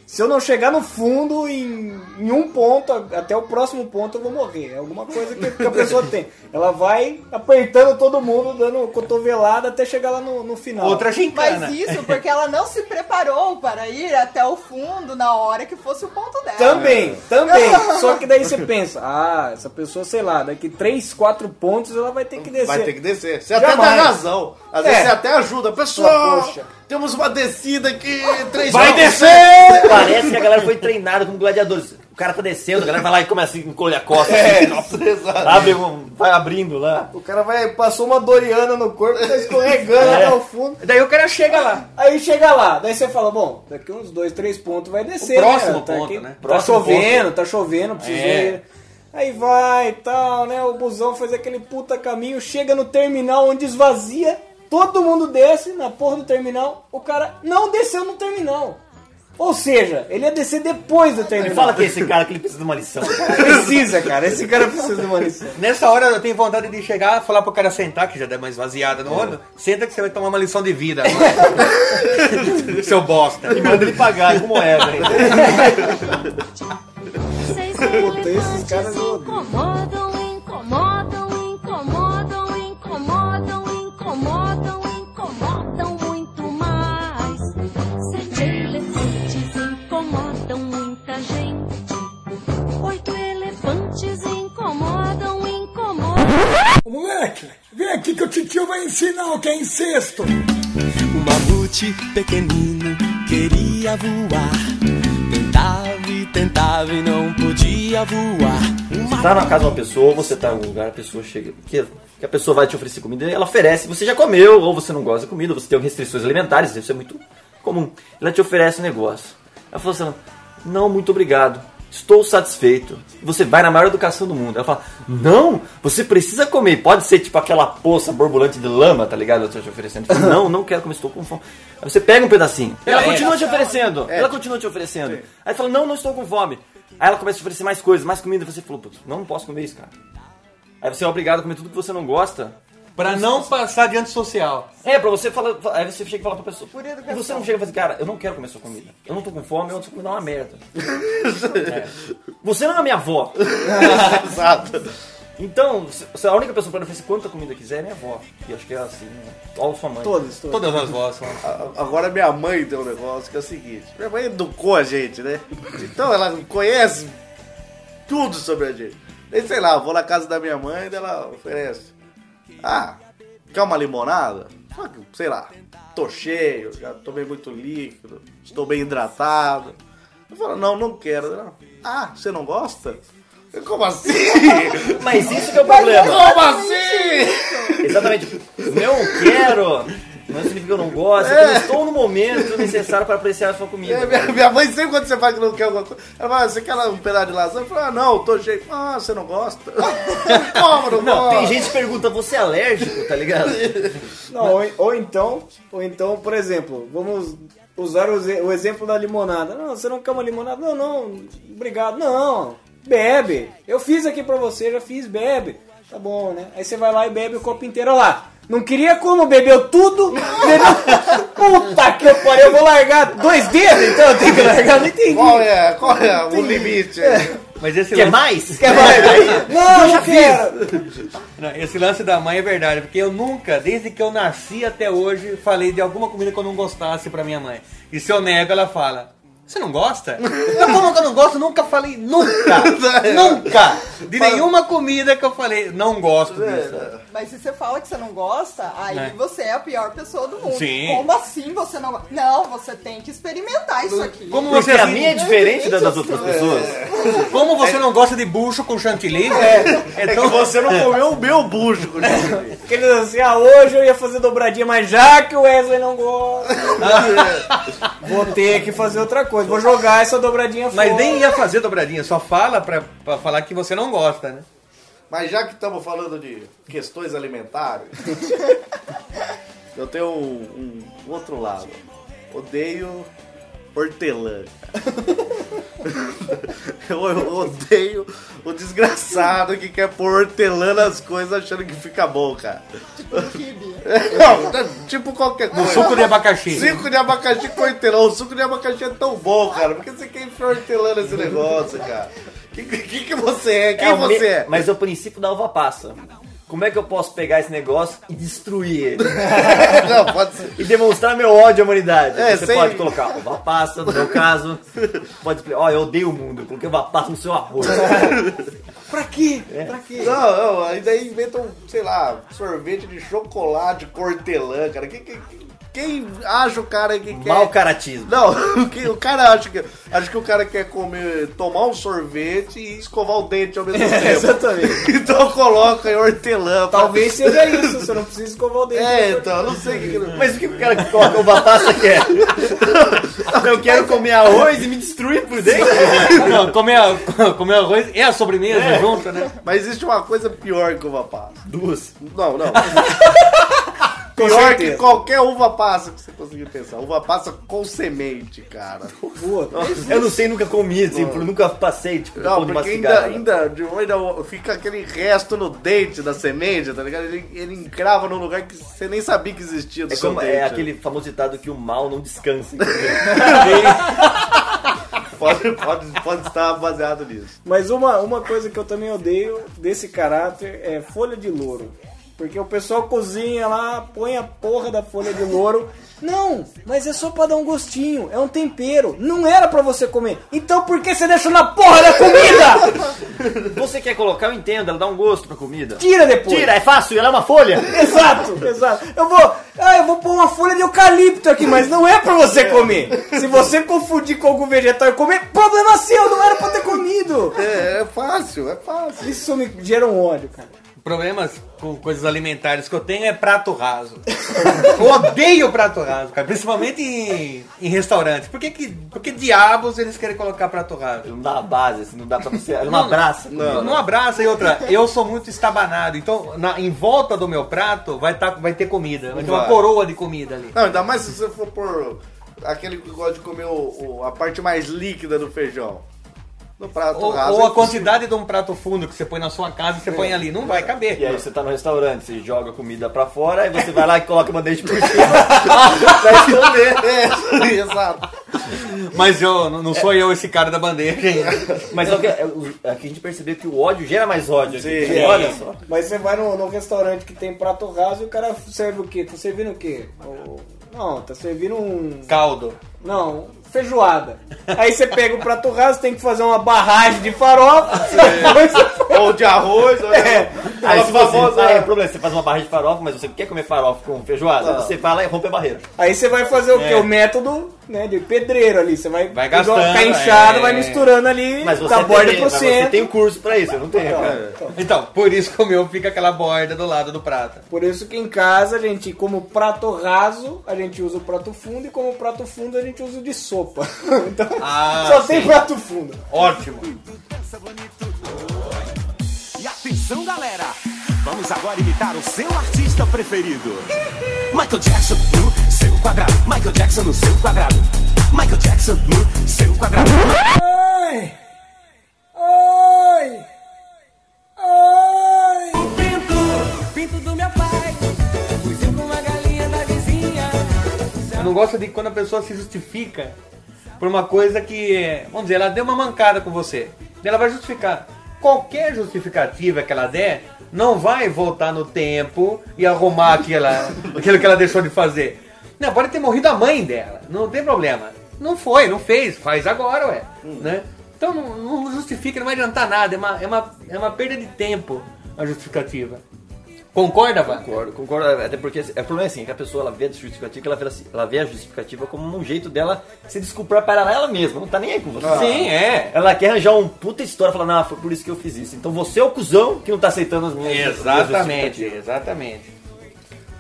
Speaker 6: se eu não chegar no fundo, em, em um ponto, a- até o próximo ponto, eu vou morrer. É alguma coisa que, que a pessoa tem. Ela vai apertando todo mundo, dando cotovelada até chegar lá no, no final.
Speaker 4: Outra gincana.
Speaker 8: Mas isso porque ela não se preparou para ir até o fundo na hora que fosse o ponto dela.
Speaker 4: É.
Speaker 6: Também, também. Só que daí você pensa, ah, essa pessoa, sei lá, daqui 3, 4 pontos ela vai ter que descer.
Speaker 3: Vai ter que descer. Você até
Speaker 6: Jamais.
Speaker 3: dá razão. Às
Speaker 6: É.
Speaker 3: vezes você até ajuda. Pessoal,
Speaker 6: Ah, poxa.
Speaker 3: temos uma descida aqui. Três
Speaker 7: Vai
Speaker 3: jogos.
Speaker 7: descer! Parece que a galera foi treinada como gladiadores. O cara tá descendo, a galera vai lá e começa a encolher a costa.
Speaker 3: É,
Speaker 7: assim, abre um- vai abrindo lá.
Speaker 6: O cara vai, passou uma Doriana no corpo, tá escorregando
Speaker 7: É.
Speaker 6: até o fundo.
Speaker 4: Daí o cara chega lá.
Speaker 6: Aí chega lá, daí você fala, bom, daqui uns dois, três pontos vai descer.
Speaker 4: O próximo
Speaker 6: né? Tá,
Speaker 4: ponto,
Speaker 6: aqui-
Speaker 4: né?
Speaker 6: tá
Speaker 7: Próximo
Speaker 6: chovendo, tá chovendo, precisa
Speaker 4: É.
Speaker 6: ir. Aí vai e tal, né? O busão faz aquele puta caminho, chega no terminal onde esvazia, todo mundo desce na porra do terminal, o cara não desceu no terminal. Ou seja, ele ia descer depois do
Speaker 7: Me
Speaker 6: terminal.
Speaker 7: fala que é esse cara que ele precisa de uma lição.
Speaker 6: Precisa, cara. Esse cara precisa de uma lição.
Speaker 4: Nessa hora eu tenho vontade de chegar, falar pro cara sentar, que já deu uma esvaziada
Speaker 6: É.
Speaker 4: no ônibus. Senta que você vai tomar uma lição de vida. agora. Seu bosta.
Speaker 7: E manda ele pagar como é, velho.
Speaker 10: Vocês
Speaker 6: Puta, esses caras eu odeio.
Speaker 10: incomodam, incomodam, incomodam, incomodam, incomodam, incomodam muito mais. Sete elefantes incomodam muita gente. Oito elefantes incomodam, incomodam.
Speaker 5: Ô, moleque, vem aqui que o titio vai ensinar o que é incesto.
Speaker 11: O mamute pequenino queria voar. Tentava e tentava e não podia voar. Uma
Speaker 7: Tá na casa de uma pessoa, você tá em algum lugar, a pessoa chega. Que, que a pessoa vai te oferecer comida e ela oferece. Você já comeu, ou você não gosta da comida, você tem restrições alimentares, isso é muito comum. Ela te oferece um negócio. Ela fala assim: Não, muito obrigado. Estou satisfeito. Você vai na maior educação do mundo. Ela fala: Não, você precisa comer. Pode ser tipo aquela poça borbulante de lama, tá ligado? Ela tá te oferecendo. Fala, não, não quero comer, estou com fome. Aí você pega um pedacinho. Ela continua te oferecendo. Ela continua te oferecendo. Aí fala: Não, não estou com fome. Aí ela começa a te oferecer mais coisas, mais comida. Você falou: Putz, não posso comer isso, cara. Aí você é obrigado a comer tudo que você não gosta.
Speaker 4: Pra não passar de antissocial.
Speaker 7: É, pra você falar. Aí você chega e fala pra pessoa.
Speaker 8: Por educação.
Speaker 7: e você não chega e fala assim, cara, eu não quero comer sua comida. Eu não tô com fome, eu sua comida é uma merda. É. Você não é minha avó.
Speaker 3: Exato.
Speaker 7: Então, se- se a única pessoa que pode oferecer quanta comida quiser é minha avó. E acho que é assim, né? Ou sua mãe.
Speaker 6: Todos, todos.
Speaker 4: Todas as vozes são.
Speaker 3: A- Agora minha mãe tem um negócio que é o seguinte: minha mãe educou a gente, né? Então ela conhece tudo sobre a gente. Nem sei lá, eu vou na casa da minha mãe e ela oferece. Ah, quer uma limonada? Só que, sei lá, tô cheio, já tomei muito líquido, estou bem hidratado. Eu falo, não, não quero. Ela, ah, você não gosta? Eu, Como assim?
Speaker 7: Mas isso que é o problema.
Speaker 3: Como assim?
Speaker 7: Exatamente. Não quero. Não significa que eu não gosto.
Speaker 8: É.
Speaker 7: Eu estou no momento necessário para apreciar a sua comida.
Speaker 3: É, minha, minha mãe sempre quando você fala que não quer alguma coisa, ela fala, você quer um pedaço de lasanha? Eu falo, ah, não, tô cheio. Ah, você não gosta? Como não,
Speaker 7: Não,
Speaker 3: gosta?
Speaker 7: tem gente que pergunta, você é alérgico, tá ligado?
Speaker 6: Não, ou, ou então, ou então, por exemplo, vamos usar o, ze- o exemplo da limonada. Não, você não quer uma limonada? Não, não, obrigado. Não, bebe. Eu fiz aqui pra você, já fiz, bebe. Tá bom, né? Aí você vai lá e bebe o copo inteiro olha lá. Não queria como, bebeu tudo, bebeu... Puta que eu pariu, eu vou largar dois dedos, então eu tenho que largar, não entendi.
Speaker 3: Qual é, qual é o limite? aí?
Speaker 4: Mas esse
Speaker 7: Quer
Speaker 4: lance,
Speaker 7: mais?
Speaker 6: Não, não quero.
Speaker 4: não, esse lance da mãe é verdade, porque eu nunca, desde que eu nasci até hoje, falei de alguma comida que eu não gostasse pra minha mãe. E se eu nego, ela fala. Você não gosta? Eu como que eu não gosto, nunca falei, nunca, nunca, de nenhuma comida que eu falei, não gosto disso.
Speaker 8: Mas se você fala que você não gosta, aí
Speaker 4: É.
Speaker 8: você é a pior pessoa do mundo.
Speaker 4: Sim.
Speaker 8: Como assim você não gosta? Não, você tem que experimentar isso aqui.
Speaker 4: Como
Speaker 7: Porque
Speaker 4: você,
Speaker 7: a
Speaker 4: assim,
Speaker 7: minha é diferente da das outras pessoas.
Speaker 4: como você não gosta de bucho com chantilly, é,
Speaker 3: É que você não comeu o meu bucho. Gustavo.
Speaker 6: Aqueles assim, ah, hoje eu ia fazer dobradinha, mas já que o Wesley não gosta, vou ter que fazer outra coisa. Vou jogar essa dobradinha fora.
Speaker 4: Mas nem ia fazer dobradinha, só fala pra, pra falar que você não gosta, né?
Speaker 3: Mas já que estamos falando de questões alimentares, eu tenho um, um outro lado. Odeio hortelã. Eu eu odeio o desgraçado que quer pôr hortelã nas coisas achando que fica bom, cara. Não, tá- tipo qualquer coisa.
Speaker 4: suco de abacaxi.
Speaker 3: Suco de abacaxi com hortelã. O suco de abacaxi é tão bom, cara. Por que você quer enfiar hortelã nesse negócio, cara? O que, que, que você é? Quem
Speaker 7: É o me-
Speaker 3: você é?
Speaker 7: Mas é o princípio da uva passa. Como é que eu posso pegar esse negócio e destruir ele?
Speaker 3: Não, pode ser.
Speaker 7: E demonstrar meu ódio à humanidade.
Speaker 3: É,
Speaker 7: Você
Speaker 3: sem-
Speaker 7: pode colocar uva passa, no meu caso. Pode explicar, ó, eu odeio o mundo, eu coloquei uva passa no seu arroz.
Speaker 3: Pra quê? Pra quê? Não, não, ainda inventam, sei lá, sorvete de chocolate com hortelã, cara. Quem, quem, quem acha o cara que quer.
Speaker 7: Mal caratismo.
Speaker 3: Não, o que- o cara acha que. Acho que o cara quer comer, tomar um sorvete e escovar o dente ao
Speaker 7: É,
Speaker 3: mesmo tempo.
Speaker 6: Exatamente.
Speaker 3: Então coloca em hortelã. pra-
Speaker 6: Talvez seja isso, você não precisa escovar o dente.
Speaker 3: É, então, não sei o que. que-
Speaker 7: Mas o que o cara que coloca uva passa quer? Eu quero comer arroz e me destruir por dentro?
Speaker 4: Não, comer, a- comer arroz e a sobremesa junto, né?
Speaker 3: Mas existe uma coisa pior que uva passa.
Speaker 7: Duas.
Speaker 3: Não, não. pior que
Speaker 6: certeza.
Speaker 3: qualquer uva passa que você conseguir pensar. Uva passa com semente, cara.
Speaker 6: Puta.
Speaker 7: Eu não sei, nunca comi, assim, por- nunca passei, tipo,
Speaker 3: Não,
Speaker 7: pão de
Speaker 3: porque ainda,
Speaker 7: mastigada.
Speaker 3: ainda, de- um, ainda fica aquele resto no dente da semente, tá ligado? Ele, ele encrava num lugar que você nem sabia que existia do
Speaker 7: É,
Speaker 3: seu
Speaker 7: como,
Speaker 3: dente.
Speaker 7: é aquele famoso ditado que o mal não descansa. entendeu?
Speaker 3: Pode, pode, pode estar baseado nisso.
Speaker 6: Mas uma, uma coisa que eu também odeio desse caráter é folha de louro. Porque o pessoal cozinha lá, põe a porra da folha de louro. Não, mas é só pra dar um gostinho, é um tempero. Não era pra você comer. Então por que você deixa na porra da comida?
Speaker 7: Você quer colocar, eu entendo, ela dá um gosto pra comida.
Speaker 6: Tira depois.
Speaker 7: Tira, é fácil, ela é uma folha.
Speaker 6: Exato, exato. Eu vou, ah, eu vou pôr uma folha de eucalipto aqui, mas não é pra você comer. Se você confundir com algum vegetal e comer, problema seu, não era pra ter comido.
Speaker 3: É, é fácil, é fácil.
Speaker 6: Isso me gera um ódio, cara.
Speaker 4: Problemas com coisas alimentares que eu tenho é prato raso. Eu odeio prato raso, cara. Principalmente em, em restaurantes. Por que, que, por que diabos eles querem colocar prato raso?
Speaker 7: Não dá a base, assim, não dá pra você. Ela não abraça.
Speaker 4: Não, abraça e outra. Eu sou muito estabanado. Então, na- em volta do meu prato vai, tá, vai ter comida. Vai ter uma
Speaker 3: Vai.
Speaker 4: coroa de comida ali.
Speaker 3: Não, ainda mais se você for por aquele que gosta de comer o, o- a parte mais líquida do feijão. No prato
Speaker 4: Ou,
Speaker 3: raso.
Speaker 4: ou
Speaker 3: é
Speaker 4: a quantidade de um prato fundo que você põe na sua casa, você põe ali. Não vai caber.
Speaker 7: É. E aí você tá no restaurante, você joga a comida pra fora, aí você vai lá e coloca uma deixa por cima. pra esconder.
Speaker 3: É, exato.
Speaker 4: Mas eu não não sou
Speaker 7: É.
Speaker 4: eu esse cara da bandeja. hein?
Speaker 7: Mas é o que- é o- aqui a gente percebeu que o ódio gera mais ódio.
Speaker 3: Sim.
Speaker 7: Sim. É, Olha só.
Speaker 6: Mas você vai num, num restaurante que tem prato raso e o cara serve o quê? Tá servindo o quê? O- Não, tá servindo um.
Speaker 4: Caldo.
Speaker 6: Não, feijoada. Aí você pega o prato raso, tem que fazer uma barragem de farofa.
Speaker 7: É.
Speaker 6: depois você-
Speaker 3: ou de arroz, ou de...
Speaker 6: É.
Speaker 7: Aí
Speaker 3: Aquela
Speaker 7: se você,
Speaker 3: famosa-
Speaker 7: aí o problema é você faz uma barra de farofa, mas você quer comer farofa com feijoada,
Speaker 3: Não.
Speaker 7: você vai lá e rompe a barreira.
Speaker 6: Aí você vai fazer
Speaker 7: É.
Speaker 6: o quê? O método né, de pedreiro ali. Você vai,
Speaker 4: Vai
Speaker 6: pegando uma
Speaker 4: gastando,
Speaker 6: cainchada,
Speaker 4: é.
Speaker 6: vai misturando ali,
Speaker 7: Mas você,
Speaker 6: da borda
Speaker 7: tem,
Speaker 6: pro
Speaker 7: mas você
Speaker 6: centro.
Speaker 7: tem um curso pra isso, eu não tenho, cara.
Speaker 4: Então, por isso que o meu fica aquela borda do lado do prato.
Speaker 6: Por isso que em casa a gente, como prato raso, a gente usa o prato fundo e como prato fundo a gente usa o de sopa. Então,
Speaker 4: Ah,
Speaker 6: só tem prato fundo.
Speaker 4: Ótimo.
Speaker 9: E atenção, galera! Vamos agora imitar o seu artista preferido. Michael Jackson no seu quadrado. Michael Jackson no seu quadrado. Michael Jackson no seu quadrado.
Speaker 5: Ai! Ai! Ai!
Speaker 9: O pinto, pinto do meu pai. Fugiu com a galinha da vizinha.
Speaker 4: Eu não gosto de quando a pessoa se justifica por uma coisa que, vamos dizer, ela deu uma mancada com você. Daí Ela vai justificar. Qualquer justificativa que ela der, não vai voltar no tempo e arrumar aquela, aquilo que ela deixou de fazer. Não, pode ter morrido a mãe dela, não tem problema. Não foi, não fez, faz agora, ué. Né? Então não, não justifica, não vai adiantar nada, é uma, é, uma, é uma perda de tempo a justificativa. Concorda, Vá?
Speaker 7: Concordo, concordo, até porque assim, o problema é assim, que a pessoa ela vê a justificativa, ela vê, assim- ela vê a justificativa como um jeito dela se desculpar para ela mesma, não tá nem aí com você.
Speaker 4: Sim, é.
Speaker 7: Ela quer arranjar um puta história, falar, não, foi por isso que eu fiz isso. Então você é o cuzão que não tá aceitando as minhas minhas
Speaker 4: Exatamente,
Speaker 7: justificativas.
Speaker 4: exatamente.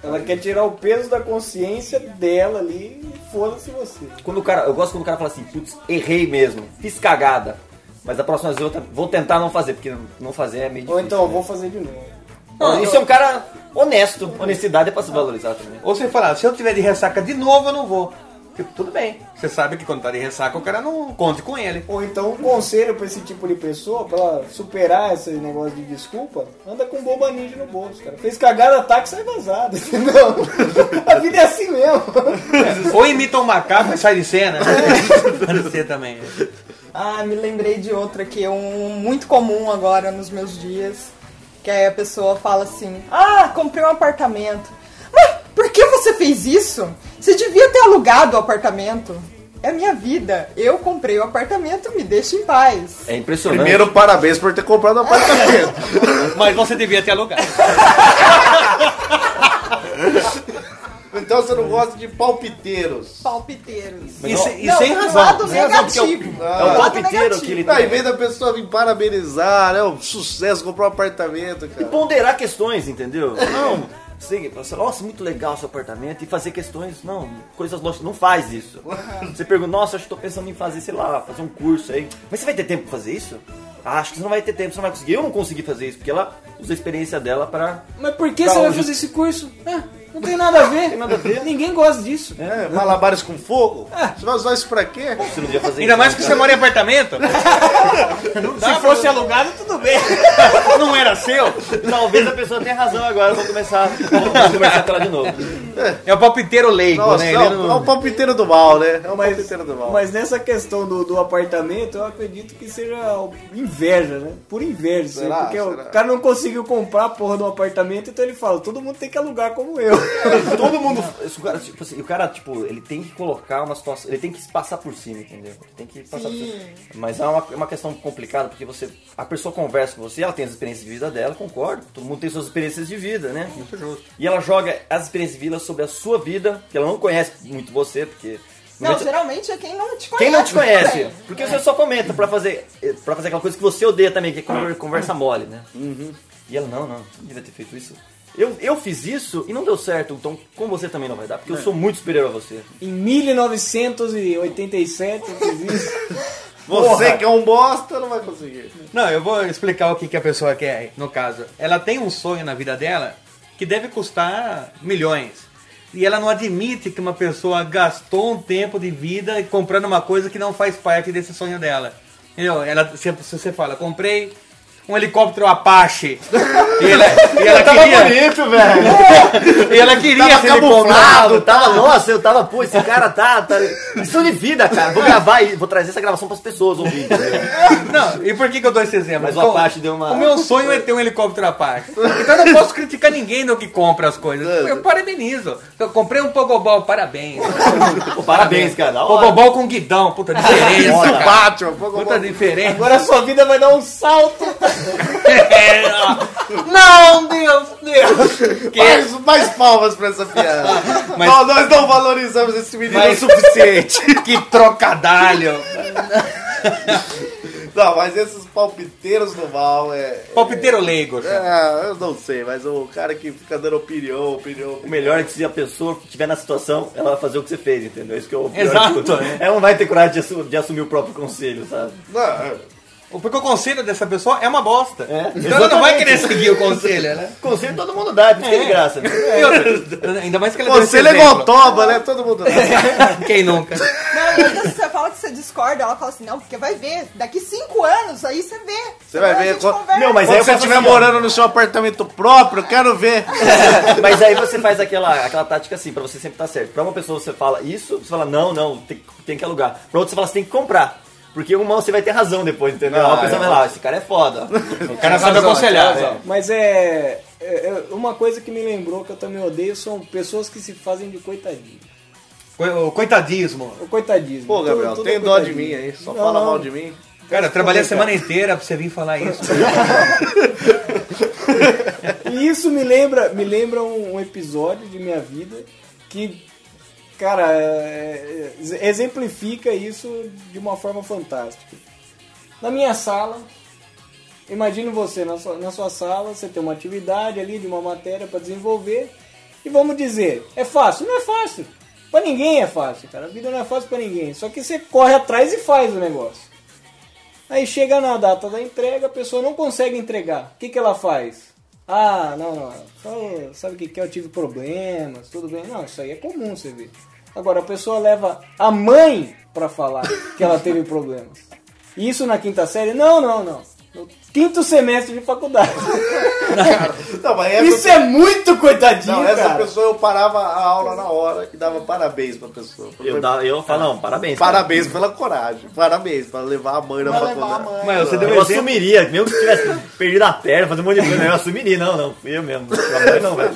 Speaker 6: Ela quer tirar o peso da consciência dela ali e foda-se você.
Speaker 7: Quando o cara, eu gosto quando o cara fala assim, putz, errei mesmo, fiz cagada. Mas da próxima vez eu ta- vou tentar não fazer, porque não fazer é meio
Speaker 6: Ou
Speaker 7: difícil.
Speaker 6: então,
Speaker 7: né?
Speaker 6: vou fazer de novo.
Speaker 7: Não, Isso é um cara honesto. Honestidade é pra se valorizar também.
Speaker 4: Ou você falar, se eu tiver de ressaca de novo, eu não vou. Tipo, tudo bem. Você sabe que quando tá de ressaca, o cara não conte com ele.
Speaker 6: Ou então, um conselho pra esse tipo de pessoa, pra ela superar esse negócio de desculpa, anda com boba ninja no bolso, cara. Fez cagada, ataque, sai vazado. Não. A vida é assim mesmo.
Speaker 4: Ou imita um macaco e sai de cena. né? Pode ser também.
Speaker 8: Ah, me lembrei de outra que é um muito comum agora nos meus dias. Que aí a pessoa fala assim: Ah, comprei um apartamento. Mas por que você fez isso? Você devia ter alugado o apartamento. É minha vida. Eu comprei o apartamento, me deixa em paz.
Speaker 7: É impressionante.
Speaker 3: Primeiro, parabéns por ter comprado um apartamento.
Speaker 4: Mas você devia ter alugado.
Speaker 3: então você não gosta de palpiteiros.
Speaker 8: Palpiteiros.
Speaker 4: E, se- e
Speaker 8: Não,
Speaker 4: sem
Speaker 8: do
Speaker 4: razão.
Speaker 8: lado
Speaker 4: Sem razão, porque é o-
Speaker 8: negativo.
Speaker 4: É o
Speaker 8: Do lado
Speaker 4: palpiteiro que ele
Speaker 3: Não, em
Speaker 4: tem.
Speaker 3: vez da pessoa vir parabenizar, é um sucesso, comprou um apartamento,
Speaker 7: E
Speaker 3: cara.
Speaker 7: ponderar questões, entendeu? Não. Sim, você, nossa, muito legal seu apartamento. E fazer questões, não, coisas longe, não faz isso. Você pergunta, nossa, acho que tô pensando em fazer, sei lá, fazer um curso aí. Mas você vai ter tempo pra fazer isso? Ah, acho que você não vai ter tempo, você não vai conseguir. Eu não consegui fazer isso, porque ela usa a experiência dela pra.
Speaker 6: Mas por que
Speaker 7: Pra
Speaker 6: você vai
Speaker 7: onde?
Speaker 6: fazer esse curso? Ah, não tem nada a ver. Ninguém gosta disso.
Speaker 3: É, malabares com fogo? Você vai usar isso pra quê?
Speaker 7: Você não devia fazer
Speaker 4: Ainda
Speaker 7: isso, né?
Speaker 4: mais
Speaker 7: não,
Speaker 4: que
Speaker 7: cara.
Speaker 4: você mora em apartamento.
Speaker 6: Se fosse alugado, tudo bem.
Speaker 4: Não era seu.
Speaker 7: Talvez a pessoa tenha razão agora, vamos começar, vamos
Speaker 4: tá-
Speaker 7: conversar com ela de novo.
Speaker 4: É o palpiteiro leigo,
Speaker 3: Nossa,
Speaker 4: né?
Speaker 3: é,
Speaker 4: Ele
Speaker 3: o-
Speaker 4: não-
Speaker 3: é o palpiteiro do mal, né? É o
Speaker 6: Mas-
Speaker 3: palpiteiro do mal.
Speaker 6: Mas nessa questão do, do apartamento, eu acredito que seja inveja, né? Por inveja, isso aí,
Speaker 3: Será?
Speaker 6: porque
Speaker 3: Será?
Speaker 6: o cara não conseguiu comprar a porra do apartamento, então ele fala, todo mundo tem que alugar como eu.
Speaker 7: Todo mundo. O cara, tipo, assim, o cara, tipo, ele tem que colocar uma situação. Ele tem que se passar por cima, entendeu? Tem que passar por cima. Mas é uma, é uma questão complicada, porque você. A pessoa conversa com você, ela tem as experiências de vida dela, concordo. Todo mundo tem suas experiências de vida, né? Muito justo. E ela joga as experiências de vida sobre a sua vida, que ela não conhece muito você, porque.
Speaker 8: Não, geralmente é quem não te conhece.
Speaker 7: Quem não te conhece?
Speaker 8: também.
Speaker 7: Porque você só comenta pra fazer, pra fazer aquela coisa que você odeia também, que é conver- conversa mole, né?
Speaker 4: Uhum.
Speaker 7: E ela, não, não, você não devia ter feito isso. Eu, eu fiz isso e não deu certo, então com você também não vai dar,
Speaker 4: É.
Speaker 7: porque eu sou muito superior a você.
Speaker 6: em 1987 eu fiz isso.
Speaker 3: Você que é um bosta, não vai conseguir.
Speaker 4: Não, eu vou explicar o que, que a pessoa quer, no caso. Ela tem um sonho na vida dela que deve custar milhões. E ela não admite que uma pessoa gastou um tempo de vida comprando uma coisa que não faz parte desse sonho dela. Entendeu? Ela, se se você fala, comprei um helicóptero Apache. E ela, e ela queria,
Speaker 3: bonito, velho.
Speaker 4: e ela queria
Speaker 7: Tava
Speaker 4: esse helicóptero.
Speaker 7: camuflado, tava, nossa, eu tava, pô, esse cara tá, tá. Lição de vida, cara. Vou gravar e vou trazer essa gravação pras pessoas ouvirem.
Speaker 4: Não, e por que, que eu dou esse exemplo?
Speaker 7: Mas o
Speaker 4: Então,
Speaker 7: Apache deu uma-
Speaker 4: O meu sonho é ter um helicóptero Apache. Então eu não posso criticar ninguém no que compra as coisas. Eu parabenizo. Eu comprei um Pogobol, parabéns.
Speaker 7: Pô, parabéns, cara. da hora.
Speaker 4: Pogobol com guidão, puta diferença.
Speaker 3: Isso,
Speaker 4: cara.
Speaker 3: Batman. Fogo
Speaker 4: Puta diferença.
Speaker 6: Agora a sua vida vai dar um salto.
Speaker 4: É, Não, Deus, Deus. Que-
Speaker 3: mais, é mais palmas pra essa piada.
Speaker 4: Mas-
Speaker 3: Não, nós não valorizamos esse menino
Speaker 4: Mas-
Speaker 3: o é suficiente.
Speaker 4: que trocadalho.
Speaker 3: Não, mas esses palpiteiros do mal é.
Speaker 4: Palpiteiro leigo. cara.
Speaker 3: é, eu não sei, mas o cara que fica dando opinião, opinião.
Speaker 7: O
Speaker 3: opinião.
Speaker 7: melhor é que se a pessoa que estiver na situação, ela vai fazer o que você fez, entendeu? Isso que é o pior
Speaker 4: Exato,
Speaker 7: de tudo.
Speaker 4: né?
Speaker 7: Ela não vai ter coragem de, assu- de assumir o próprio conselho, sabe?
Speaker 3: Não, é.
Speaker 4: Porque o conselho dessa pessoa é uma bosta.
Speaker 7: É,
Speaker 4: então ela não vai
Speaker 7: exatamente.
Speaker 4: querer seguir o conselho, né?
Speaker 7: Conselho todo mundo dá, é por isso que é de graça. Né?
Speaker 4: E outra, ainda mais que ela deu esse
Speaker 3: Você é igual
Speaker 4: exemplo.
Speaker 3: toba, né? Todo mundo.
Speaker 4: Quem nunca?
Speaker 8: Não, e ainda se você fala que você discorda, ela fala assim, não, porque vai ver, daqui cinco anos, aí você vê.
Speaker 3: Você vai
Speaker 8: Aí a
Speaker 3: ver.
Speaker 8: gente
Speaker 3: quando-
Speaker 8: conversa.
Speaker 7: Não, mas
Speaker 3: Quando
Speaker 7: aí eu
Speaker 3: você
Speaker 7: faço
Speaker 3: estiver
Speaker 7: assim, ó.
Speaker 3: morando no seu apartamento próprio, eu quero ver.
Speaker 7: É, Mas aí você faz aquela, aquela tática assim, pra você sempre estar certo. Pra uma pessoa você fala isso, você fala não, não, tem, tem que alugar. Pra outra você fala, você tem que comprar. Porque uma você vai ter razão depois, entendeu?
Speaker 3: Ah,
Speaker 7: a pessoa
Speaker 3: é.
Speaker 7: vai lá, esse cara é foda.
Speaker 4: O cara sabe aconselhar. né? velho.
Speaker 6: Mas é, é- é Uma coisa que me lembrou que eu também odeio são pessoas que se fazem de coitadinho.
Speaker 4: Co- O coitadismo.
Speaker 6: O coitadismo.
Speaker 3: Pô,
Speaker 6: Tudo-
Speaker 3: Gabriel,
Speaker 6: tudo é
Speaker 3: tem dó de mim
Speaker 6: coitadinho.
Speaker 3: aí. Só
Speaker 6: Não,
Speaker 3: fala
Speaker 6: não.
Speaker 3: mal de mim.
Speaker 4: Cara, eu trabalhei a semana inteira pra você vir falar isso.
Speaker 6: E isso me lembra, me lembra um, um episódio de minha vida que, cara, é, é, exemplifica isso de uma forma fantástica. Na minha sala, imagine você na sua, na sua sala, você tem uma atividade ali de uma matéria para desenvolver e vamos dizer, é fácil? Não é fácil. Pra ninguém é fácil, cara. A vida não é fácil pra ninguém. Só que você corre atrás e faz o negócio. Aí chega na data da entrega, a pessoa não consegue entregar. O que, que ela faz? um, Ah, não, não. Só, sabe o que, que é? Eu tive problemas, tudo bem. Não, isso aí é comum você ver. Agora, a pessoa leva a mãe pra falar que ela teve problemas. Isso na quinta série? Não, não, não. No quinto semestre de faculdade.
Speaker 3: Não, mas essa-
Speaker 6: Isso é muito coitadinho,
Speaker 3: Não, essa
Speaker 6: cara.
Speaker 3: pessoa eu parava a aula na hora e dava parabéns pra pessoa.
Speaker 7: Eu, dá- eu falo, não, parabéns. cara.
Speaker 3: Parabéns pela coragem, parabéns pra levar a mãe na
Speaker 7: Pra
Speaker 3: faculdade.
Speaker 7: Mas você deu um eu assumiria, mesmo que tivesse perdido a perna, fazer um monte de coisa, eu assumiria, não, não, fui eu mesmo. Minha mãe Não, velho.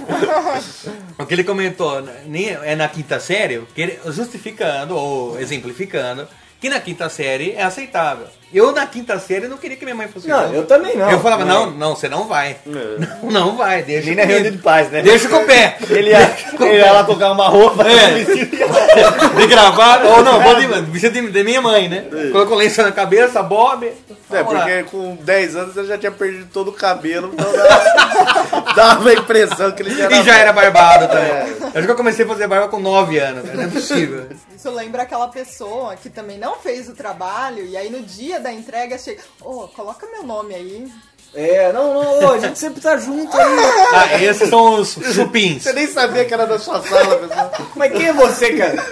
Speaker 4: O que ele comentou, né, nem é na quinta série, que ele- justificando ou exemplificando, que na quinta série é aceitável. Eu na quinta série não queria que minha mãe fosse
Speaker 6: Não, eu também não.
Speaker 4: Eu falava,
Speaker 6: Não.
Speaker 4: não, não, você não vai. Não, não vai, deixa
Speaker 7: Nem na
Speaker 4: comigo.
Speaker 7: reunião de paz, né?
Speaker 4: Deixa com o pé.
Speaker 7: Ele ia, ele ia lá tocar uma roupa,
Speaker 4: É. De gravar, ou não, vou de, vestido de, de minha mãe, né? Colocou lenço na cabeça, bob.
Speaker 3: É,
Speaker 4: vamos lá.
Speaker 3: porque com 10 anos eu já tinha perdido todo o cabelo, então dava, dava a impressão que ele já era.
Speaker 4: E já era barbado também. Eu acho que eu comecei a fazer barba com 9 anos, cara, não é possível.
Speaker 8: Isso lembra aquela pessoa que também não fez o trabalho e aí no dia da entrega chega, ô, coloca meu nome aí.
Speaker 6: É, não, não, ô, a gente sempre tá junto aí.
Speaker 4: Ah, esses são os chupins.
Speaker 3: Você nem sabia que era da sua sala, pessoal.
Speaker 6: Mas quem é você, cara?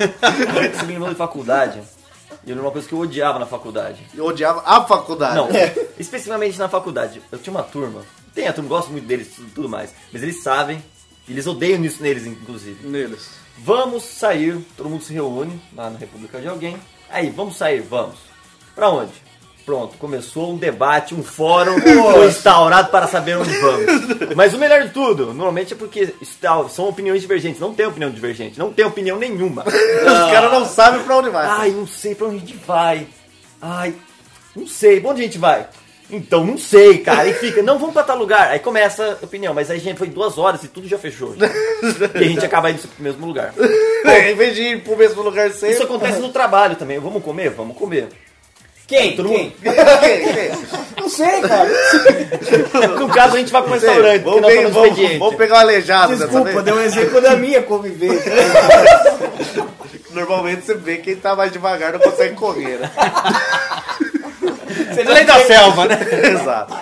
Speaker 7: Esse menino falou de faculdade. E era uma coisa que eu odiava na faculdade.
Speaker 3: Eu odiava a faculdade.
Speaker 7: Não, especificamente na faculdade. Eu tinha uma turma. Tem a turma, gosto muito deles tudo, tudo mais. Mas eles sabem. Eles odeiam isso neles, inclusive.
Speaker 3: Neles.
Speaker 7: Vamos sair. Todo mundo se reúne lá na República de alguém. Aí, vamos sair, vamos. Pra onde? Pronto, começou um debate, um fórum foi instaurado para saber onde vamos. Mas o melhor de tudo, normalmente é porque está- são opiniões divergentes. Não tem opinião divergente, não tem opinião nenhuma.
Speaker 3: Os caras não sabem pra onde vai.
Speaker 7: Ai, não sei pra onde a gente vai. Ai, não sei. Pra onde a gente vai? Então, não sei, cara. E fica, não, vamos pra tal lugar. Aí começa a opinião. Mas aí, gente, foi duas horas e tudo já fechou. já. E a gente acaba indo pro mesmo lugar.
Speaker 3: É, em vez de ir pro mesmo lugar sempre.
Speaker 7: Isso acontece no trabalho também. Vamos comer? Vamos comer.
Speaker 6: Quem?
Speaker 7: Todo
Speaker 6: Quem?
Speaker 7: mundo-
Speaker 6: Não sei, cara.
Speaker 7: No caso, a gente vai pra um
Speaker 3: Sei,
Speaker 7: restaurante, porque
Speaker 3: vamos,
Speaker 7: nós
Speaker 3: ver-
Speaker 7: estamos
Speaker 3: vamos-
Speaker 7: expediente.
Speaker 3: vamos pegar o aleijado dessa
Speaker 6: Desculpa,
Speaker 3: vez.
Speaker 6: deu um exemplo da minha convivência.
Speaker 3: Normalmente você vê quem tá mais devagar não consegue correr, né?
Speaker 6: Você já
Speaker 4: Lei da
Speaker 6: tem-
Speaker 4: selva, né?
Speaker 3: Exato.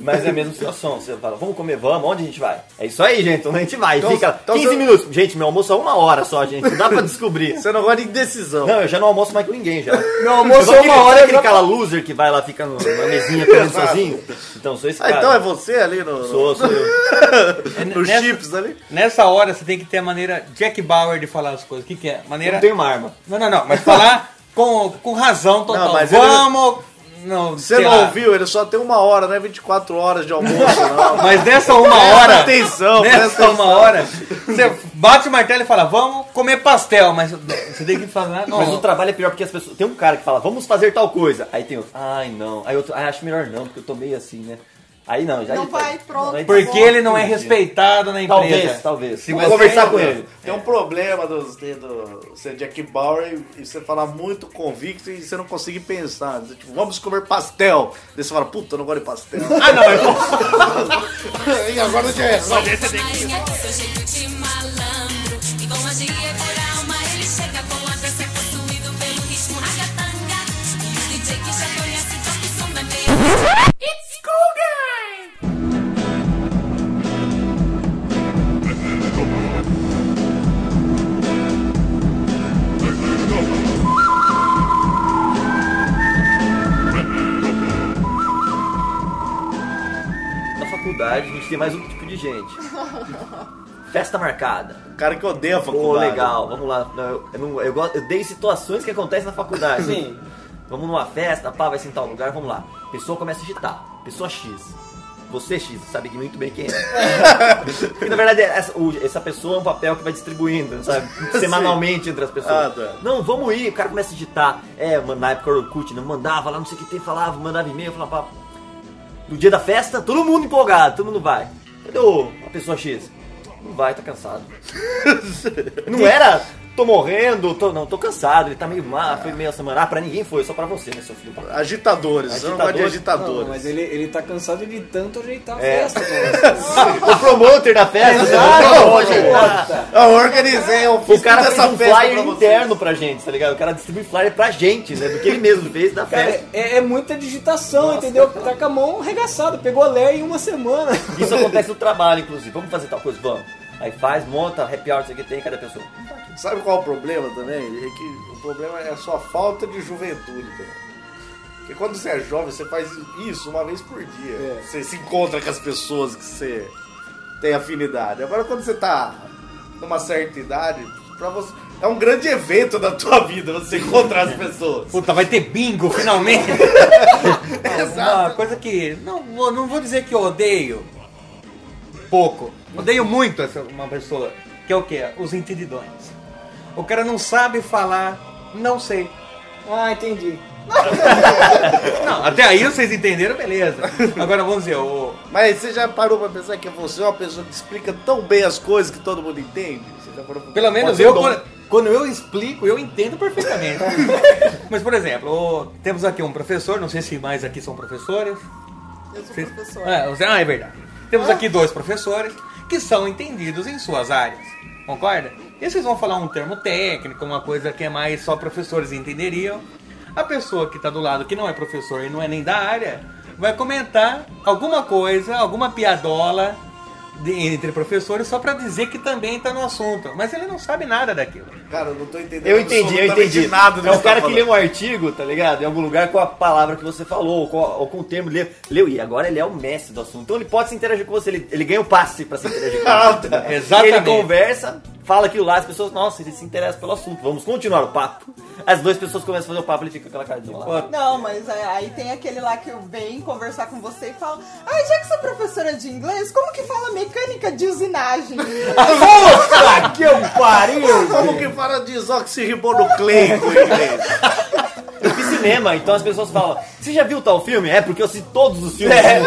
Speaker 7: Mas é a mesma situação. Você fala, vamos comer, vamos, onde a gente vai? É isso aí, gente, onde a gente vai?
Speaker 3: Então,
Speaker 7: Fica
Speaker 3: então
Speaker 7: 15
Speaker 3: você-
Speaker 7: minutos. Gente, meu almoço é uma hora só, gente. Não dá pra descobrir.
Speaker 3: Você não gosta de indecisão.
Speaker 7: Não, eu já não almoço mais com ninguém já.
Speaker 6: Meu almoço é uma
Speaker 7: Sabe
Speaker 6: hora, eu
Speaker 7: aquele
Speaker 6: já-
Speaker 7: cara loser que vai lá, fica no- na mesinha comendo
Speaker 3: Exato.
Speaker 7: sozinho? Então, sou esse
Speaker 3: Ah,
Speaker 7: cara.
Speaker 3: então é você ali no, no,
Speaker 7: Sou, sou eu.
Speaker 3: no
Speaker 4: Nessa-
Speaker 3: chips ali?
Speaker 4: Nessa hora você tem que ter a maneira Jack Bauer de falar as coisas. O que, que é? Maneira.
Speaker 7: Não tenho uma arma.
Speaker 4: Não, não, não. Mas falar com, com razão total.
Speaker 3: Não, mas ele-
Speaker 4: Vamos. Não,
Speaker 3: Você
Speaker 4: sei
Speaker 3: não
Speaker 4: lá.
Speaker 3: ouviu? Ele só tem uma hora, não é 24 horas de almoço, não.
Speaker 4: Mas nessa uma
Speaker 3: Presta
Speaker 4: hora.
Speaker 3: atenção, presta
Speaker 4: nessa uma hora, você bate o martelo e fala, vamos comer pastel, mas você tem que falar. Não,
Speaker 7: Mas o trabalho é pior porque as pessoas. Tem um cara que fala, vamos fazer tal coisa. Aí tem outro, ai não. Aí outro, ai, acho melhor não, porque eu tô meio assim, né? Aí não, já.
Speaker 8: Não vai, pronto,
Speaker 7: aí-
Speaker 4: porque ele não é respeitado na empresa.
Speaker 7: Talvez, talvez.
Speaker 4: Se
Speaker 7: Vamos
Speaker 4: você- é.
Speaker 7: conversar com ele.
Speaker 3: Tem um problema dos- do, do, ser Jack Bauer e- e você falar muito convicto e você não conseguir pensar. Você, Tipo, vamos comer pastel. Daí você fala, puta, eu não gosto de pastel.
Speaker 4: Ah,
Speaker 7: é
Speaker 4: não, eu
Speaker 3: e agora é. eu tinha razão.
Speaker 12: Rainha do seu jeito de malandro E com magia e por alma Ele chega com a dança Possuído pelo ritmo ragatanga E o DJ que já conhece Toca o som da meia It's school guy!
Speaker 7: Na faculdade a gente tem mais um tipo de gente. Festa marcada.
Speaker 3: O cara que odeia a faculdade.
Speaker 7: Pô, legal, vamos lá. Não, eu, eu não- eu gosto- eu dei situações que acontecem na faculdade.
Speaker 6: Sim.
Speaker 7: Vamos numa festa, pá, vai sentar um lugar, vamos lá. Pessoa começa a agitar. Pessoa X. Você X, sabe que muito bem quem é. Porque na verdade essa, o- essa pessoa é um papel que vai distribuindo, sabe? Semanalmente entre as pessoas.
Speaker 3: Ah, tá.
Speaker 7: Não, vamos ir, o cara começa a digitar. É, mano, na época era Orkut, não mandava lá, não sei o que tem, falava, mandava e-mail, falava. pá. No dia da festa, todo mundo empolgado, todo mundo vai. Cadê o- a pessoa X? Não vai, tá cansado. Não era? Tô morrendo, tô, não, tô cansado, ele tá meio má, foi meio semana. Ah, pra ninguém foi, só pra você, né, seu filho?
Speaker 3: Agitadores. Você não gosta de agitadores.
Speaker 6: Não, mas ele, ele tá cansado de tanto ajeitar a
Speaker 7: É.
Speaker 6: festa, cara.
Speaker 7: O promoter da festa, né? você
Speaker 6: Ah,
Speaker 7: não
Speaker 6: não,
Speaker 7: pode ajudar.
Speaker 6: puta.
Speaker 3: Eu organizei, eu fiz
Speaker 7: tá, O cara
Speaker 3: toda
Speaker 7: fez
Speaker 3: essa
Speaker 7: um
Speaker 3: festa
Speaker 7: flyer
Speaker 3: pra vocês.
Speaker 7: interno pra gente, tá ligado? O cara distribui flyer pra gente, né? Do que ele mesmo fez da
Speaker 6: Cara,
Speaker 7: festa.
Speaker 6: é, é muita digitação, entendeu? Tá com a mão arregaçada, pegou a Leia em uma semana.
Speaker 7: Isso acontece no trabalho, inclusive. Vamos fazer tal coisa, vamos. Aí faz, monta, happy hour, não sei o que tem, cada pessoa. Não vai,
Speaker 3: Sabe qual é o problema também? É que o problema é a sua falta de juventude também. Porque quando você é jovem, você faz isso uma vez por dia.
Speaker 7: É.
Speaker 3: Você se encontra com as pessoas que você tem afinidade. Agora quando você tá numa certa idade, pra você. É um grande evento da tua vida você encontrar as pessoas.
Speaker 4: Puta, vai ter bingo finalmente. É Uma coisa que não, vou- não vou dizer que eu odeio pouco. Odeio muito essa, uma pessoa que é o quê? Os entendidões. O cara não sabe falar, não sei.
Speaker 6: Ah, entendi.
Speaker 4: Não, até aí vocês entenderam, beleza. Agora vamos ver, o
Speaker 3: Mas você já parou pra pensar que você é uma pessoa que explica tão bem as coisas que todo mundo entende? Você já parou pra...
Speaker 4: Pelo menos
Speaker 3: Pode
Speaker 4: eu,
Speaker 3: ser um dom.
Speaker 4: quando, quando eu explico, eu entendo perfeitamente. Mas, por exemplo, o- temos aqui um professor, não sei se mais aqui são professores.
Speaker 8: Eu sou
Speaker 4: Vocês-
Speaker 8: professor.
Speaker 4: Ah, você- ah, é verdade. Temos aqui dois professores que são entendidos em suas áreas, concorda? E vocês vão falar um termo técnico, uma coisa que é mais só professores entenderiam. A pessoa que está do lado, que não é professor e não é nem da área, vai comentar alguma coisa, alguma piadola de- entre professores só para dizer que também está no assunto. Mas ele não sabe nada daquilo.
Speaker 3: Cara, eu não tô entendendo.
Speaker 7: Eu entendi, eu
Speaker 3: absolutamente
Speaker 7: entendi.
Speaker 3: Nada do
Speaker 7: é
Speaker 3: que
Speaker 7: um
Speaker 3: você
Speaker 7: cara
Speaker 3: tá
Speaker 7: que lê um artigo, tá ligado? Em algum lugar com a palavra que você falou, ou com, ou com o termo leu. Leu, e agora ele é o mestre do assunto. Então ele pode se interagir com você, ele, ele ganha o passe pra se interagir com
Speaker 3: Ah,
Speaker 7: você.
Speaker 3: tá.
Speaker 7: entendeu?
Speaker 4: Exatamente.
Speaker 7: Ele conversa, fala aquilo lá, as pessoas, nossa, ele se interessa pelo assunto, vamos continuar o papo. As duas pessoas começam a fazer o papo, ele fica com aquela cara de lá.
Speaker 8: Não, mas é, aí tem aquele lá que vem conversar com você e fala: Ah, já que você é professora de inglês, como que fala mecânica de usinagem?
Speaker 7: É Puta que eu pariu!
Speaker 3: Como que fala de desoxirribonucleico em inglês?
Speaker 7: Eu fiz cinema, então as pessoas falam, você já viu tal filme? É, porque eu sei todos os filmes.
Speaker 6: É,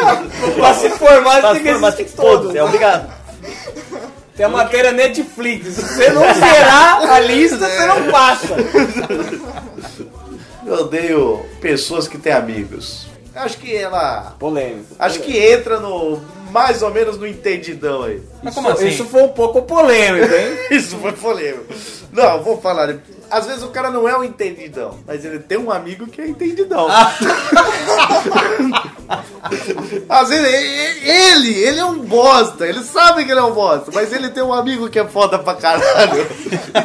Speaker 6: pra se formar,
Speaker 7: Pra
Speaker 6: tem
Speaker 7: se
Speaker 6: que
Speaker 7: formar,
Speaker 6: assistir
Speaker 7: tem todos.
Speaker 6: todos.
Speaker 7: É, obrigado.
Speaker 6: Tem a matéria Netflix. Se você não zerar Ah, a lista, você não passa.
Speaker 3: Eu odeio pessoas que têm amigos. Acho que ela.
Speaker 6: Polêmico.
Speaker 3: Acho que entra no. Mais ou menos no entendidão aí.
Speaker 4: Mas como assim?
Speaker 6: Isso foi um pouco polêmico, hein?
Speaker 3: Isso foi polêmico. Não, vou falar. Às vezes o cara não é um entendidão, mas ele tem um amigo que é entendidão.
Speaker 4: Ah.
Speaker 3: Às vezes e- e- ele, ele é um bosta, ele sabe que ele é um bosta, mas ele tem um amigo que é foda pra caralho.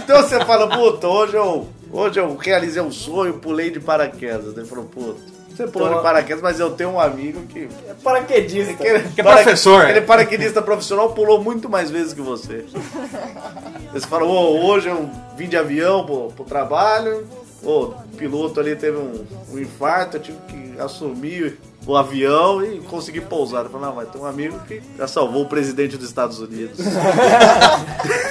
Speaker 3: Então você fala, puta, hoje eu, hoje eu realizei um sonho, pulei de paraquedas. Ele falou, puta, você pulou
Speaker 4: Então,
Speaker 3: de paraquedas, mas eu tenho um amigo que.
Speaker 6: É paraquedista.
Speaker 3: Aquele
Speaker 4: Que é professor.
Speaker 3: Aquele paraquedista profissional pulou muito mais vezes que você. Você fala, ô, hoje eu vim de avião pro, pro trabalho, ô, o piloto ali teve um, um infarto, eu tive que assumir o avião e consegui pousar. Eu falo, não, mas tem um amigo que já salvou o presidente dos Estados Unidos.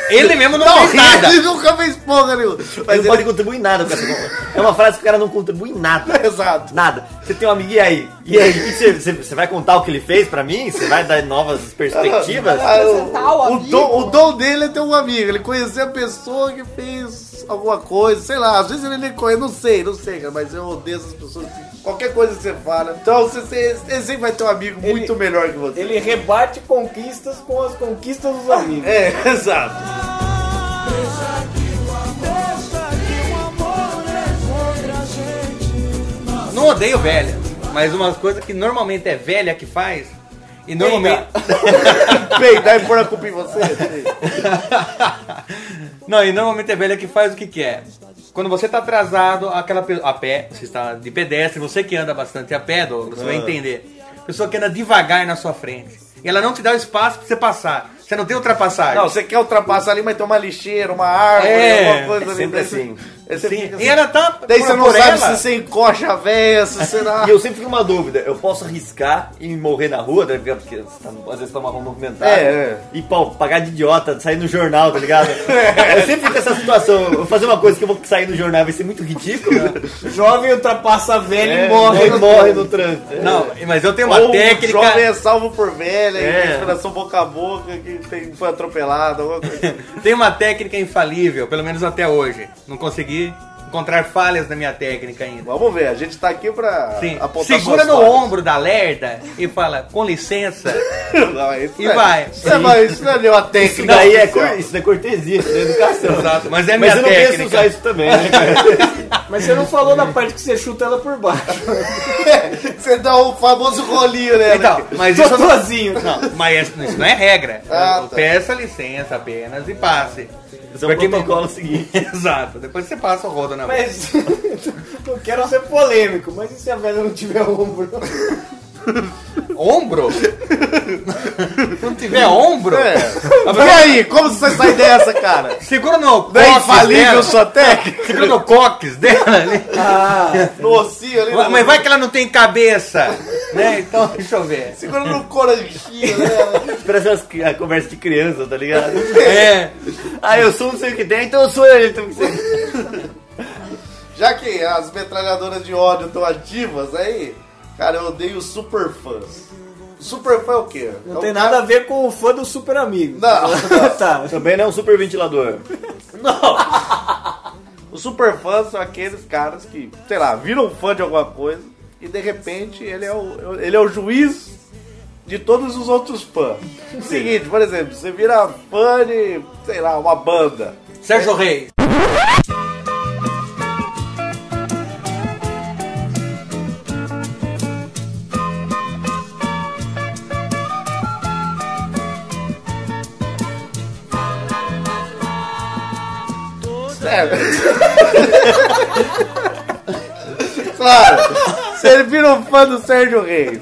Speaker 4: Ele mesmo não,
Speaker 3: Não,
Speaker 4: fez nada.
Speaker 3: ele nunca fez porra nenhuma.
Speaker 7: Mas
Speaker 3: Mas
Speaker 7: ele não pode contribuir em nada com essa bola. É uma frase que o cara não contribui em nada.
Speaker 3: ele... Exato.
Speaker 7: Nada. Você tem um amigo, e aí? E aí? E você, você- você vai contar o que ele fez pra mim? Você vai dar novas perspectivas?
Speaker 3: Ah,
Speaker 8: apresentar o
Speaker 3: o,
Speaker 8: amigo.
Speaker 3: dom, o dom dele é ter um amigo, ele conhecer a pessoa que fez alguma coisa, sei lá, às vezes ele nem conhece, não sei, não sei, cara, mas eu odeio essas pessoas que qualquer coisa que você fala. Então você, você, você sempre vai ter um amigo
Speaker 6: Ele-
Speaker 3: muito melhor que você.
Speaker 6: Ele rebate conquistas com as conquistas dos amigos.
Speaker 3: É, exato.
Speaker 4: Não odeio velha, mas uma coisa que normalmente é velha que faz, e normalmente.
Speaker 3: Peidar e pôr a culpa em você.
Speaker 4: Não, e normalmente é velha que faz o que quer. Quando você tá atrasado, aquela pe- a pé, você está de pedestre, você que anda bastante a pé, Douglas, você
Speaker 3: Ah.
Speaker 4: vai entender. Pessoa que anda devagar na sua frente. E ela não te dá o espaço pra você passar. Você não tem ultrapassagem.
Speaker 3: Não, você quer ultrapassar ali, mas tem uma lixeira, uma árvore,
Speaker 4: É,
Speaker 3: alguma coisa ali.
Speaker 7: sempre
Speaker 3: Daí você-
Speaker 7: assim.
Speaker 3: daí você fica assim.
Speaker 4: E ela tá.
Speaker 3: Daí
Speaker 4: por-
Speaker 3: você não
Speaker 4: por
Speaker 3: sabe
Speaker 4: ela.
Speaker 3: se você encoxa a véia, se você não...
Speaker 7: E eu sempre fico com uma dúvida, eu posso arriscar e morrer na rua, tá ligado? Porque você tá- às vezes tá uma rua movimentada.
Speaker 3: É, é.
Speaker 7: E pô, pagar de idiota, sair no jornal, tá ligado? Eu sempre fico nessa situação, eu vou fazer uma coisa que eu vou sair no jornal, vai ser muito ridículo.
Speaker 6: Jovem ultrapassa velho
Speaker 7: É,
Speaker 6: e morre.
Speaker 7: e morre no trânsito. É.
Speaker 4: Não, mas eu tenho uma
Speaker 3: Ou
Speaker 4: técnica.
Speaker 3: O jovem é salvo por velha,
Speaker 7: É.
Speaker 3: que tem inspiração boca a boca, que tem- foi atropelado, alguma coisa. assim.
Speaker 4: Tem uma técnica infalível, pelo menos até hoje. Não consegui encontrar falhas na minha técnica ainda.
Speaker 3: Vamos ver, a gente tá aqui pra
Speaker 4: Sim.
Speaker 3: apontar
Speaker 4: Segura
Speaker 3: suas
Speaker 4: no
Speaker 3: falhas.
Speaker 4: ombro da lerda e fala, com licença.
Speaker 3: Não, isso
Speaker 4: E
Speaker 3: não é-
Speaker 4: vai.
Speaker 3: Isso, é, uma- isso não é nenhuma técnica.
Speaker 7: Isso daí é,
Speaker 3: oficial.
Speaker 7: cor- isso daí é cortesia, isso daí é educação.
Speaker 4: Exato, mas é
Speaker 7: Mas
Speaker 4: minha
Speaker 7: eu não penso em
Speaker 4: técnica.
Speaker 7: usar isso também, né, cara?
Speaker 6: Mas você não falou da parte que você chuta ela por baixo.
Speaker 3: Você dá o famoso rolinho, né?
Speaker 4: Então, mas isso não-
Speaker 6: Totozinho.
Speaker 4: Não, mas isso- isso não é regra.
Speaker 3: Ah,
Speaker 4: Eu
Speaker 3: tá.
Speaker 4: Peça licença apenas e passe.
Speaker 7: Esse é o protocolo seguinte.
Speaker 4: Exato. Depois você passa o rodo na mão.
Speaker 6: Mas não quero ser polêmico, mas e se a velha não tiver ombro?
Speaker 4: Ombro? Se não tiver ombro?
Speaker 3: É. E aí, como você sai dessa, cara?
Speaker 4: Segura no
Speaker 3: Não é
Speaker 4: cóccix
Speaker 3: infalível
Speaker 4: dela.
Speaker 3: sua técnica?
Speaker 4: Segura no cóccix dela ali.
Speaker 6: Ah,
Speaker 3: No ossinho ali.
Speaker 4: Mas vai que ela não tem cabeça. Né? Então, deixa eu ver.
Speaker 3: Segurando no coranchinho, né?
Speaker 7: Parece umas cri- a conversa de criança, tá ligado?
Speaker 4: É.
Speaker 7: Ah, eu sou não sei o que tem, então eu sou ele. Então, você-
Speaker 3: Já que as metralhadoras de ódio estão ativas aí, cara, eu odeio super fãs. Super fã é o quê?
Speaker 6: não tem nada a ver com o fã do Super Amigo.
Speaker 3: Não, não.
Speaker 6: tá.
Speaker 7: Também não é um super ventilador.
Speaker 3: Os super fãs são aqueles caras que, sei lá, viram um fã de alguma coisa e de repente ele é o, ele é o juiz de todos os outros fãs. Seguinte, por exemplo, você vira fã de, sei lá, uma banda.
Speaker 4: Sérgio Reis.
Speaker 3: É. claro, se ele vira um fã do Sérgio Reis.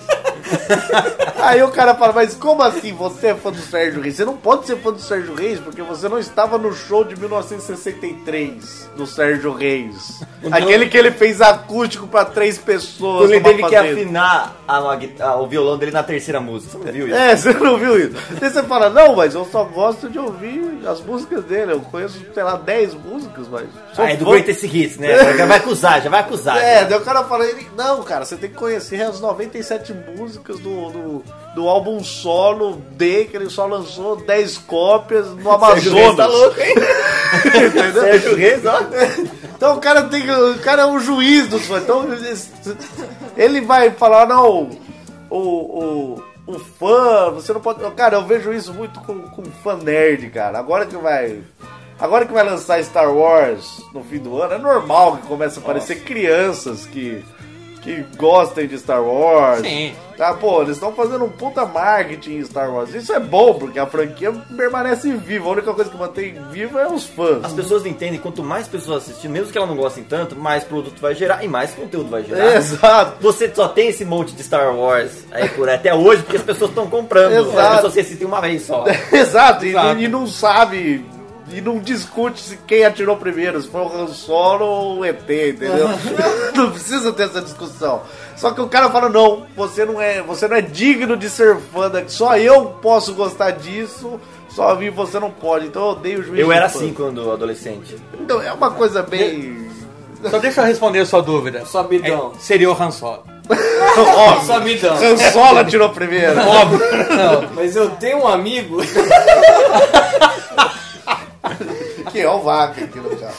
Speaker 3: Aí o cara fala, mas como assim você é fã do Sérgio Reis? Você não pode ser fã do Sérgio Reis porque você não estava no show de 1963 do Sérgio Reis. Aquele que ele fez acústico pra três pessoas.
Speaker 7: Quando ele
Speaker 3: numa
Speaker 7: teve que é
Speaker 3: fazenda.
Speaker 7: afinar a- a gui- a- o violão dele na terceira música. Você não viu isso?
Speaker 3: É, você não viu isso. Aí você fala, não, mas eu só gosto de ouvir as músicas dele. Eu conheço, sei lá, 10 músicas, mas. sou
Speaker 7: Ah, é do
Speaker 3: fã.
Speaker 7: Greatest Hits, né? Já vai acusar, já vai acusar.
Speaker 3: É, daí o cara fala, ele, não, cara, você tem que conhecer as 97 músicas do, do, do álbum solo D, que ele só lançou 10 cópias no
Speaker 7: Sérgio Reis tá
Speaker 3: Amazonas.
Speaker 7: louco, hein?
Speaker 3: Entendeu?
Speaker 7: Sérgio Reis, ó.
Speaker 3: Então o cara tem que- O cara é um juiz dos fãs. Então esse- ele vai falar, não, o. o o fã, você não pode. Cara, eu vejo isso muito com, com fã nerd, cara. Agora que vai. Agora que vai lançar Star Wars no fim do ano, é normal que comece a aparecer crianças que. que gostem de Star Wars.
Speaker 4: Sim.
Speaker 3: Tá, pô, eles estão fazendo um puta marketing em Star Wars. Isso é bom, porque a franquia permanece viva. A única coisa que mantém viva é os fãs.
Speaker 7: As pessoas não entendem, quanto mais pessoas assistindo, mesmo que elas não gostem tanto, mais produto vai gerar e mais conteúdo vai gerar.
Speaker 3: Exato.
Speaker 7: Você só tem esse monte de Star Wars aí por aí até hoje porque as pessoas estão comprando.
Speaker 3: Exato.
Speaker 7: As pessoas se assistem uma vez só.
Speaker 3: Exato, e-
Speaker 4: Exato.
Speaker 3: E, não sabe. E não discute se quem atirou primeiro, se foi o Han Solo ou o ET, entendeu? não precisa ter essa discussão. Só que o cara fala, não, você não é, você não é digno de ser fã, da- só eu posso gostar disso, só a mim você não pode. Então eu odeio o juiz.
Speaker 7: Eu
Speaker 3: de
Speaker 7: era
Speaker 3: fã.
Speaker 7: assim quando adolescente.
Speaker 3: Então é uma coisa bem.
Speaker 4: Só deixa eu responder a sua dúvida.
Speaker 6: Sabidão.
Speaker 4: É, seria o Han Solo.
Speaker 3: Óbvio.
Speaker 6: Sabidão.
Speaker 3: Han Solo atirou primeiro.
Speaker 6: Mas eu tenho um amigo.
Speaker 3: que é o vaca aqui no caso.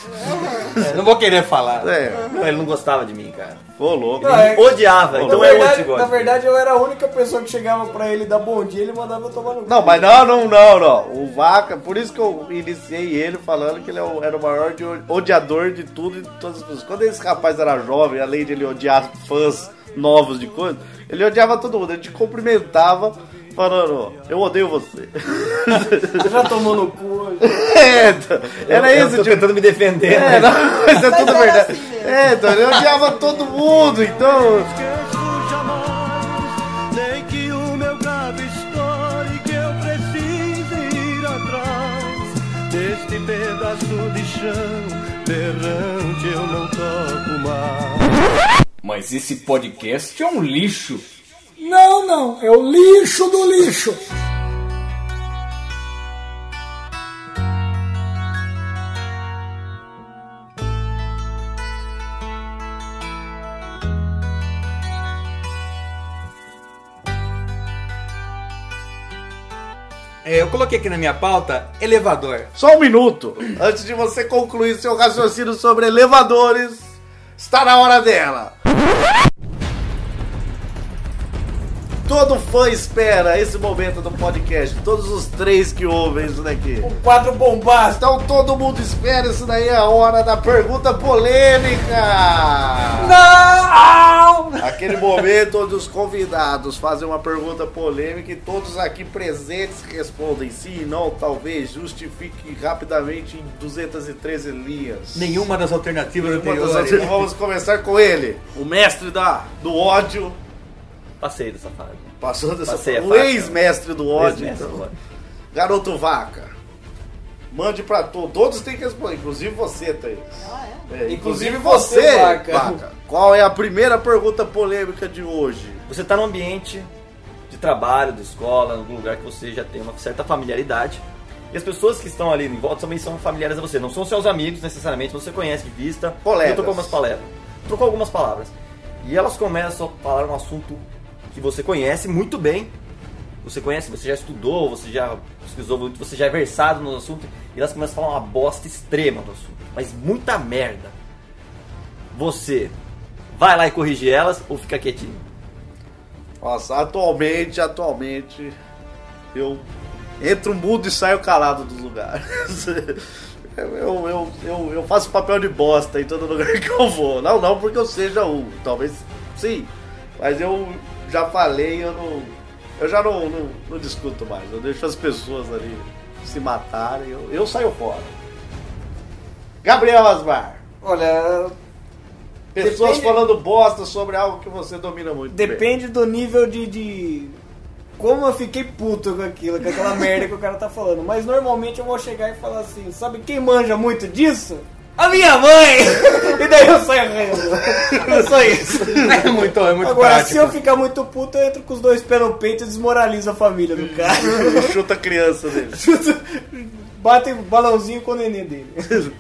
Speaker 4: Não vou querer falar.
Speaker 3: É,
Speaker 7: Não, ele não gostava de mim, cara.
Speaker 3: ô louco.
Speaker 6: Não, é-
Speaker 7: Odiava,
Speaker 6: na,
Speaker 7: então é outro
Speaker 6: verdade,
Speaker 7: que gosta.
Speaker 6: na verdade, eu era a única pessoa que chegava pra ele dar bom dia e ele mandava eu tomar no cu.
Speaker 3: Não, mas não, não, não, não. O Vaca, por isso que eu iniciei ele falando que ele é o- era o maior de- odiador de tudo e de todas as pessoas. Quando esse rapaz era jovem, além de ele odiar fãs novos de coisa, ele odiava todo mundo. Ele te cumprimentava falando, eu odeio você.
Speaker 6: Você já tomou no cu.
Speaker 3: É, então, era
Speaker 7: eu, eu
Speaker 3: isso,
Speaker 7: tô
Speaker 3: tipo...
Speaker 7: tentando me defender.
Speaker 3: É, não, mas é tudo
Speaker 8: era
Speaker 3: verdade.
Speaker 8: assim mesmo.
Speaker 3: É, então, ele odiava todo mundo, então...
Speaker 9: Nem que o meu gado estoure que eu precise ir atrás deste pedaço de chão berrante eu não toco mais.
Speaker 11: Mas esse podcast é um lixo.
Speaker 5: Não, não, é o lixo do lixo.
Speaker 4: É, eu coloquei aqui na minha pauta elevador.
Speaker 3: Só um minuto. Antes de você concluir seu raciocínio sobre elevadores, está na hora dela. Todo fã espera esse momento do podcast. Todos os três que ouvem isso daqui. Um
Speaker 6: quadro bombástico.
Speaker 3: Então todo mundo espera. Isso daí é a hora da pergunta polêmica.
Speaker 6: Não!
Speaker 3: Aquele momento onde os convidados fazem uma pergunta polêmica e todos aqui presentes respondem sim, não, talvez, justifique rapidamente em 213 linhas.
Speaker 4: Nenhuma das alternativas
Speaker 3: Nenhuma das
Speaker 4: anteriores.
Speaker 3: alternativas. Vamos começar com ele, o mestre da, do ódio.
Speaker 7: Passei dessa fase.
Speaker 3: Passou dessa
Speaker 7: Passei a
Speaker 3: fase. O
Speaker 7: fase.
Speaker 3: ex-mestre do ódio.
Speaker 7: Ex-mestre
Speaker 3: então.
Speaker 7: do ódio.
Speaker 3: Garoto Vaca. Mande pra todos. Todos têm que responder, inclusive você, Thaís. É, inclusive você, Vaca. Qual é a primeira pergunta polêmica de hoje?
Speaker 7: Você tá num ambiente de trabalho, de escola, em algum lugar que você já tem uma certa familiaridade. E as pessoas que estão ali em volta também são familiares a você. Não são seus amigos necessariamente, você conhece de vista.
Speaker 3: Colegas.
Speaker 7: Eu trocou algumas palavras. Trocou algumas palavras. E elas começam a falar um assunto que você conhece muito bem. Você conhece, você já estudou, você já pesquisou muito, você já é versado no assunto. E elas começam a falar uma bosta extrema do assunto. Mas muita merda. Você vai lá e corrige elas ou fica quietinho?
Speaker 3: Nossa, atualmente, atualmente, eu entro mudo e saio calado dos lugares. Eu, eu, eu, eu, eu faço papel de bosta em todo lugar que eu vou. Não, não porque eu seja um, talvez sim. Mas eu já falei, eu não. Eu já não, não, não discuto mais. Eu deixo as pessoas ali se matarem. Eu, eu saio fora. Gabriel Asmar.
Speaker 6: Olha.
Speaker 3: Pessoas
Speaker 6: depende-
Speaker 3: falando bosta sobre algo que você domina muito. bem.
Speaker 6: Depende do nível de, de- Como eu fiquei puto com aquilo, com aquela merda que o cara tá falando. Mas normalmente eu vou chegar e falar assim: sabe quem manja muito disso? A minha mãe! e daí eu saio rindo. É só isso.
Speaker 4: É muito, é muito
Speaker 6: Agora,
Speaker 4: prático.
Speaker 6: se eu ficar muito puto, eu entro com os dois pés no peito e desmoralizo a família do cara.
Speaker 3: Chuta a criança dele.
Speaker 6: Bate o balãozinho com o neném dele.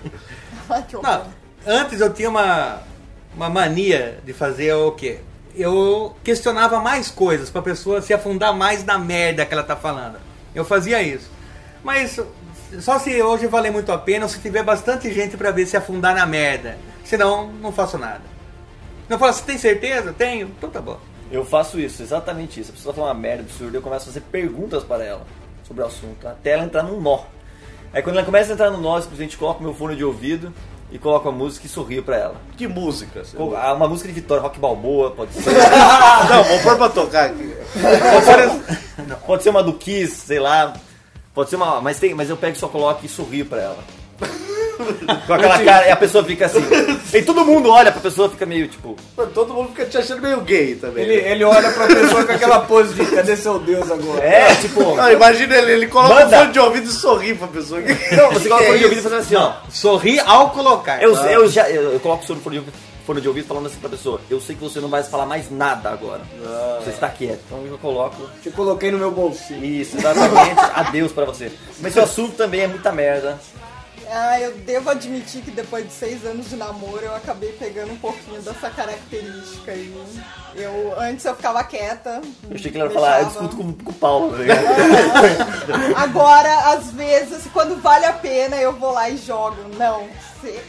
Speaker 8: "Ah,
Speaker 4: Não, antes eu tinha uma, uma mania de fazer o quê? Eu questionava mais coisas pra pessoa se afundar mais na merda que ela tá falando. Eu fazia isso. Mas só se hoje valer muito a pena ou se tiver bastante gente pra ver se afundar na merda. Senão, não faço nada. Não falo, você tem certeza? Tenho. Então tá bom.
Speaker 7: Eu faço isso, exatamente isso. A pessoa fala uma merda absurda, eu começo a fazer perguntas para ela sobre o assunto, até ela entrar num nó. Aí quando ela começa a entrar no nó, eu simplesmente coloco meu fone de ouvido e coloco a música e sorrio para ela.
Speaker 3: Que música?
Speaker 7: Ou, ah, Uma música de Vitória, Rock Balboa, pode ser.
Speaker 3: Não, vou pôr pra tocar aqui.
Speaker 7: Não, pode ser uma do Kiss, sei lá. Pode ser uma. Mas, tem, mas eu pego e só coloco e sorrio pra ela. Com aquela cara, e a pessoa fica assim. E todo mundo olha pra pessoa fica meio tipo.
Speaker 3: Todo mundo fica te achando meio gay também. né?
Speaker 6: Ele, ele olha pra pessoa com aquela pose de cadê seu Deus agora?
Speaker 7: É, tipo.
Speaker 3: Não, imagina ele, ele coloca
Speaker 7: Manda.
Speaker 3: o fone de ouvido e sorri pra pessoa.
Speaker 7: Não, você
Speaker 3: um
Speaker 7: coloca o fone de ouvido e fazendo assim, ó.
Speaker 4: Sorri ao colocar.
Speaker 7: Eu,
Speaker 3: Ah.
Speaker 7: eu já eu, eu coloco o fone de, ouvido- fone de ouvido falando assim pra pessoa, eu sei que você não vai falar mais nada agora.
Speaker 3: Ah.
Speaker 7: Você está quieto. Então eu coloco.
Speaker 6: Te coloquei no meu bolsinho.
Speaker 7: Isso, exatamente. adeus pra você. Mas seu assunto também é muita merda.
Speaker 8: Ah, eu devo admitir que depois de seis anos de namoro eu acabei pegando um pouquinho dessa característica aí. Eu, antes eu ficava quieta.
Speaker 7: Eu achei que ele ia falar, eu
Speaker 8: deixava-
Speaker 7: discuto com, com o Paulo, tá ligado?
Speaker 8: Agora, às vezes, quando vale a pena, eu vou lá e jogo. Não, você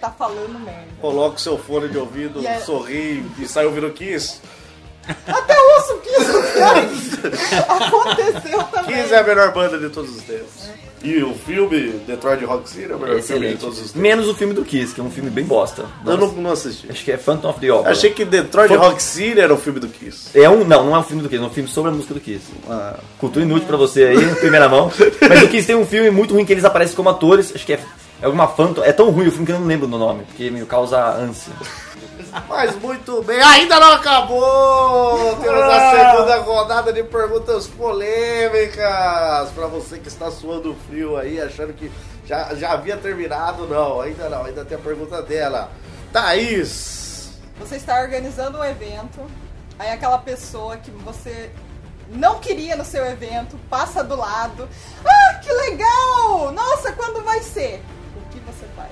Speaker 8: tá falando merda.
Speaker 3: Coloca o seu fone de ouvido,
Speaker 8: E é-
Speaker 3: sorri e sai ouvindo Kiss.
Speaker 8: Até ouço que isso aconteceu também.
Speaker 3: Kiss é a melhor banda de todos os tempos. E o filme Detroit Rock City é o melhor filme de
Speaker 7: Excelente.
Speaker 3: todos os tempos.
Speaker 7: Menos o filme do Kiss, que é um filme bem bosta.
Speaker 3: Eu não,
Speaker 7: Nossa,
Speaker 3: não assisti.
Speaker 7: Acho que é Phantom of the Opera.
Speaker 3: Achei que Detroit Rock City era o filme do Kiss.
Speaker 7: É um, não, não é um filme do Kiss, é um filme sobre a música do Kiss.
Speaker 3: Ah,
Speaker 7: Cultura inútil pra você aí, em primeira mão. Mas o Kiss tem um filme muito ruim que eles aparecem como atores, acho que é, é alguma Phantom. É tão ruim o filme que eu não lembro do nome, porque me causa ânsia.
Speaker 3: Mas muito bem, ainda não acabou! Temos a segunda rodada de perguntas polêmicas pra você que está suando frio aí, achando que já, já havia terminado. Não, ainda não, ainda tem a pergunta dela. Thaís!
Speaker 8: Você está organizando um evento, aí aquela pessoa que você não queria no seu evento passa do lado. Ah, que legal! Nossa, quando vai ser? O que você faz?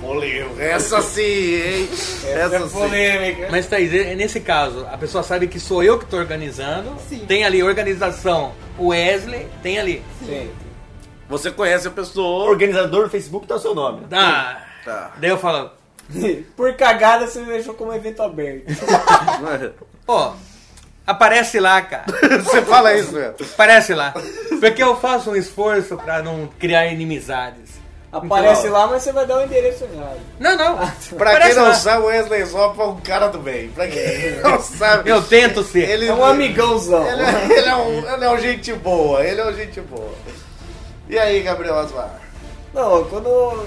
Speaker 3: Polêmica, essa sim, hein? Essa, sim.
Speaker 6: polêmica.
Speaker 4: Mas Thaís, é- nesse caso, a pessoa sabe que sou eu que tô organizando.
Speaker 8: Sim.
Speaker 4: Tem ali organização Wesley, tem ali.
Speaker 6: Sim.
Speaker 3: Você conhece a pessoa.
Speaker 7: Organizador do Facebook dá o seu nome.
Speaker 4: Ah,
Speaker 3: Tá.
Speaker 4: daí eu falo,
Speaker 6: Por cagada você deixou como evento aberto.
Speaker 4: Ó, Aparece lá, cara.
Speaker 3: Você fala isso mesmo.
Speaker 4: Aparece lá. Porque eu faço um esforço pra não criar inimizades.
Speaker 6: Aparece
Speaker 4: Então,
Speaker 6: lá, mas você vai dar o endereço errado.
Speaker 4: Não, não.
Speaker 3: Pra
Speaker 4: Parece
Speaker 3: quem não
Speaker 4: lá.
Speaker 3: sabe, o Wesley Zop é um cara do bem. Pra quem não sabe.
Speaker 4: Eu tento ser.
Speaker 3: Ele,
Speaker 6: É um amigãozão.
Speaker 3: Ele é, ele é um, ele é um gente boa. Ele é um gente boa. E aí, Gabriel Asmar?
Speaker 6: Não, quando.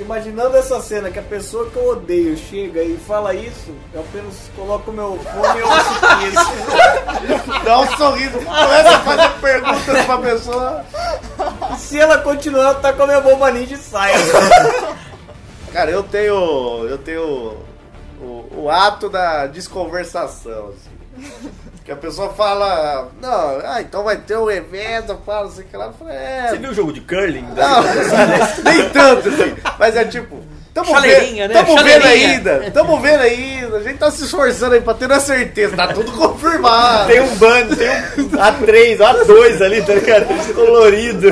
Speaker 6: Imaginando essa cena que a pessoa que eu odeio chega e fala isso, eu apenas coloco meu fone e ouço isso.
Speaker 3: Dá um sorriso, começa a fazer perguntas pra pessoa.
Speaker 6: Se ela continuar, tá com a minha bomba ninja e sai.
Speaker 3: Cara, eu tenho. Eu tenho o, o ato da desconversação. assim. Que a pessoa fala, não, ah, então vai ter um evento, fala assim que ela fala, é.
Speaker 7: Você viu o jogo de curling?
Speaker 3: Não, nem tanto, assim. Mas é tipo, tamo,
Speaker 7: Chaleirinha,
Speaker 3: vendo,
Speaker 7: né?
Speaker 3: tamo vendo
Speaker 7: Chaleirinha.
Speaker 3: ainda, tamo vendo ainda, a gente tá se esforçando aí pra ter a certeza, tá tudo confirmado.
Speaker 7: Tem um bando, tem um A3, A2 ali, tá ligado? Colorido.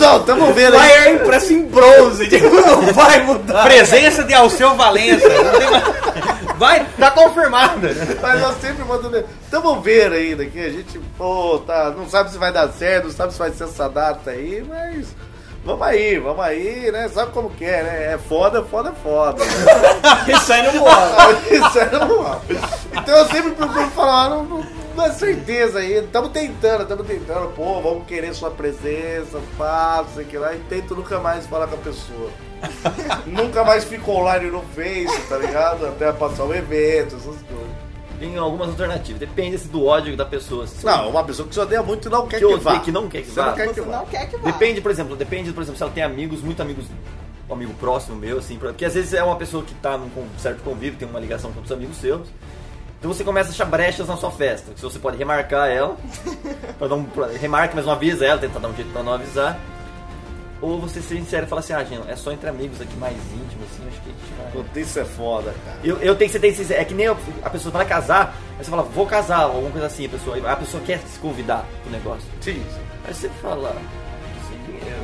Speaker 3: Não, tamo vendo
Speaker 6: Vai
Speaker 3: aí.
Speaker 6: aí, parece em bronze, tipo, não vai mudar.
Speaker 4: Presença de Alceu Valença. Não tem mais- Vai, tá confirmada.
Speaker 3: Mas eu sempre mando. me- Tamo vendo ainda que a gente, pô, tá, não sabe se vai dar certo, não sabe se vai ser essa data aí, mas. Vamos aí, vamos aí, né? Sabe como que é, né? É foda, foda, foda.
Speaker 6: Isso aí não morre.
Speaker 3: Isso aí não morre. Então eu sempre procuro falar, não, não, não é certeza aí. Estamos tentando, estamos tentando. Pô, vamos querer sua presença, passa, que lá. E tento nunca mais falar com a pessoa. nunca mais fico online no Face, tá ligado? Até passar um evento, essas coisas.
Speaker 7: Tem algumas alternativas, depende assim, do ódio da pessoa. Se-
Speaker 3: Não, uma pessoa que se odeia muito não quer
Speaker 7: que
Speaker 3: que,
Speaker 7: odeia,
Speaker 3: vá.
Speaker 7: que não quer que
Speaker 3: Você
Speaker 7: vá.
Speaker 3: não quer que vá.
Speaker 8: quer que
Speaker 7: Depende, por exemplo, depende, por exemplo, se ela tem amigos, muito amigos, um amigo próximo meu, assim, pra- porque às vezes é uma pessoa que tá num con- certo convívio, tem uma ligação com outros amigos seus. Então você começa a achar brechas na sua festa, que você pode remarcar ela, pra não, pra- remarca, mas não avisa ela, tentar dar um jeito pra não avisar. Ou você ser sincero e falar assim, ah, gente, é só entre amigos aqui mais íntimos, assim, acho que a gente vai...
Speaker 3: Puta, Isso é foda, cara.
Speaker 7: Eu, eu tenho que ser tenho que ser sincero. É que nem eu- a pessoa vai casar, aí você fala, vou casar, ou alguma coisa assim, a pessoa, a pessoa quer se convidar pro negócio.
Speaker 3: Sim.
Speaker 7: Aí você fala, sem dinheiro.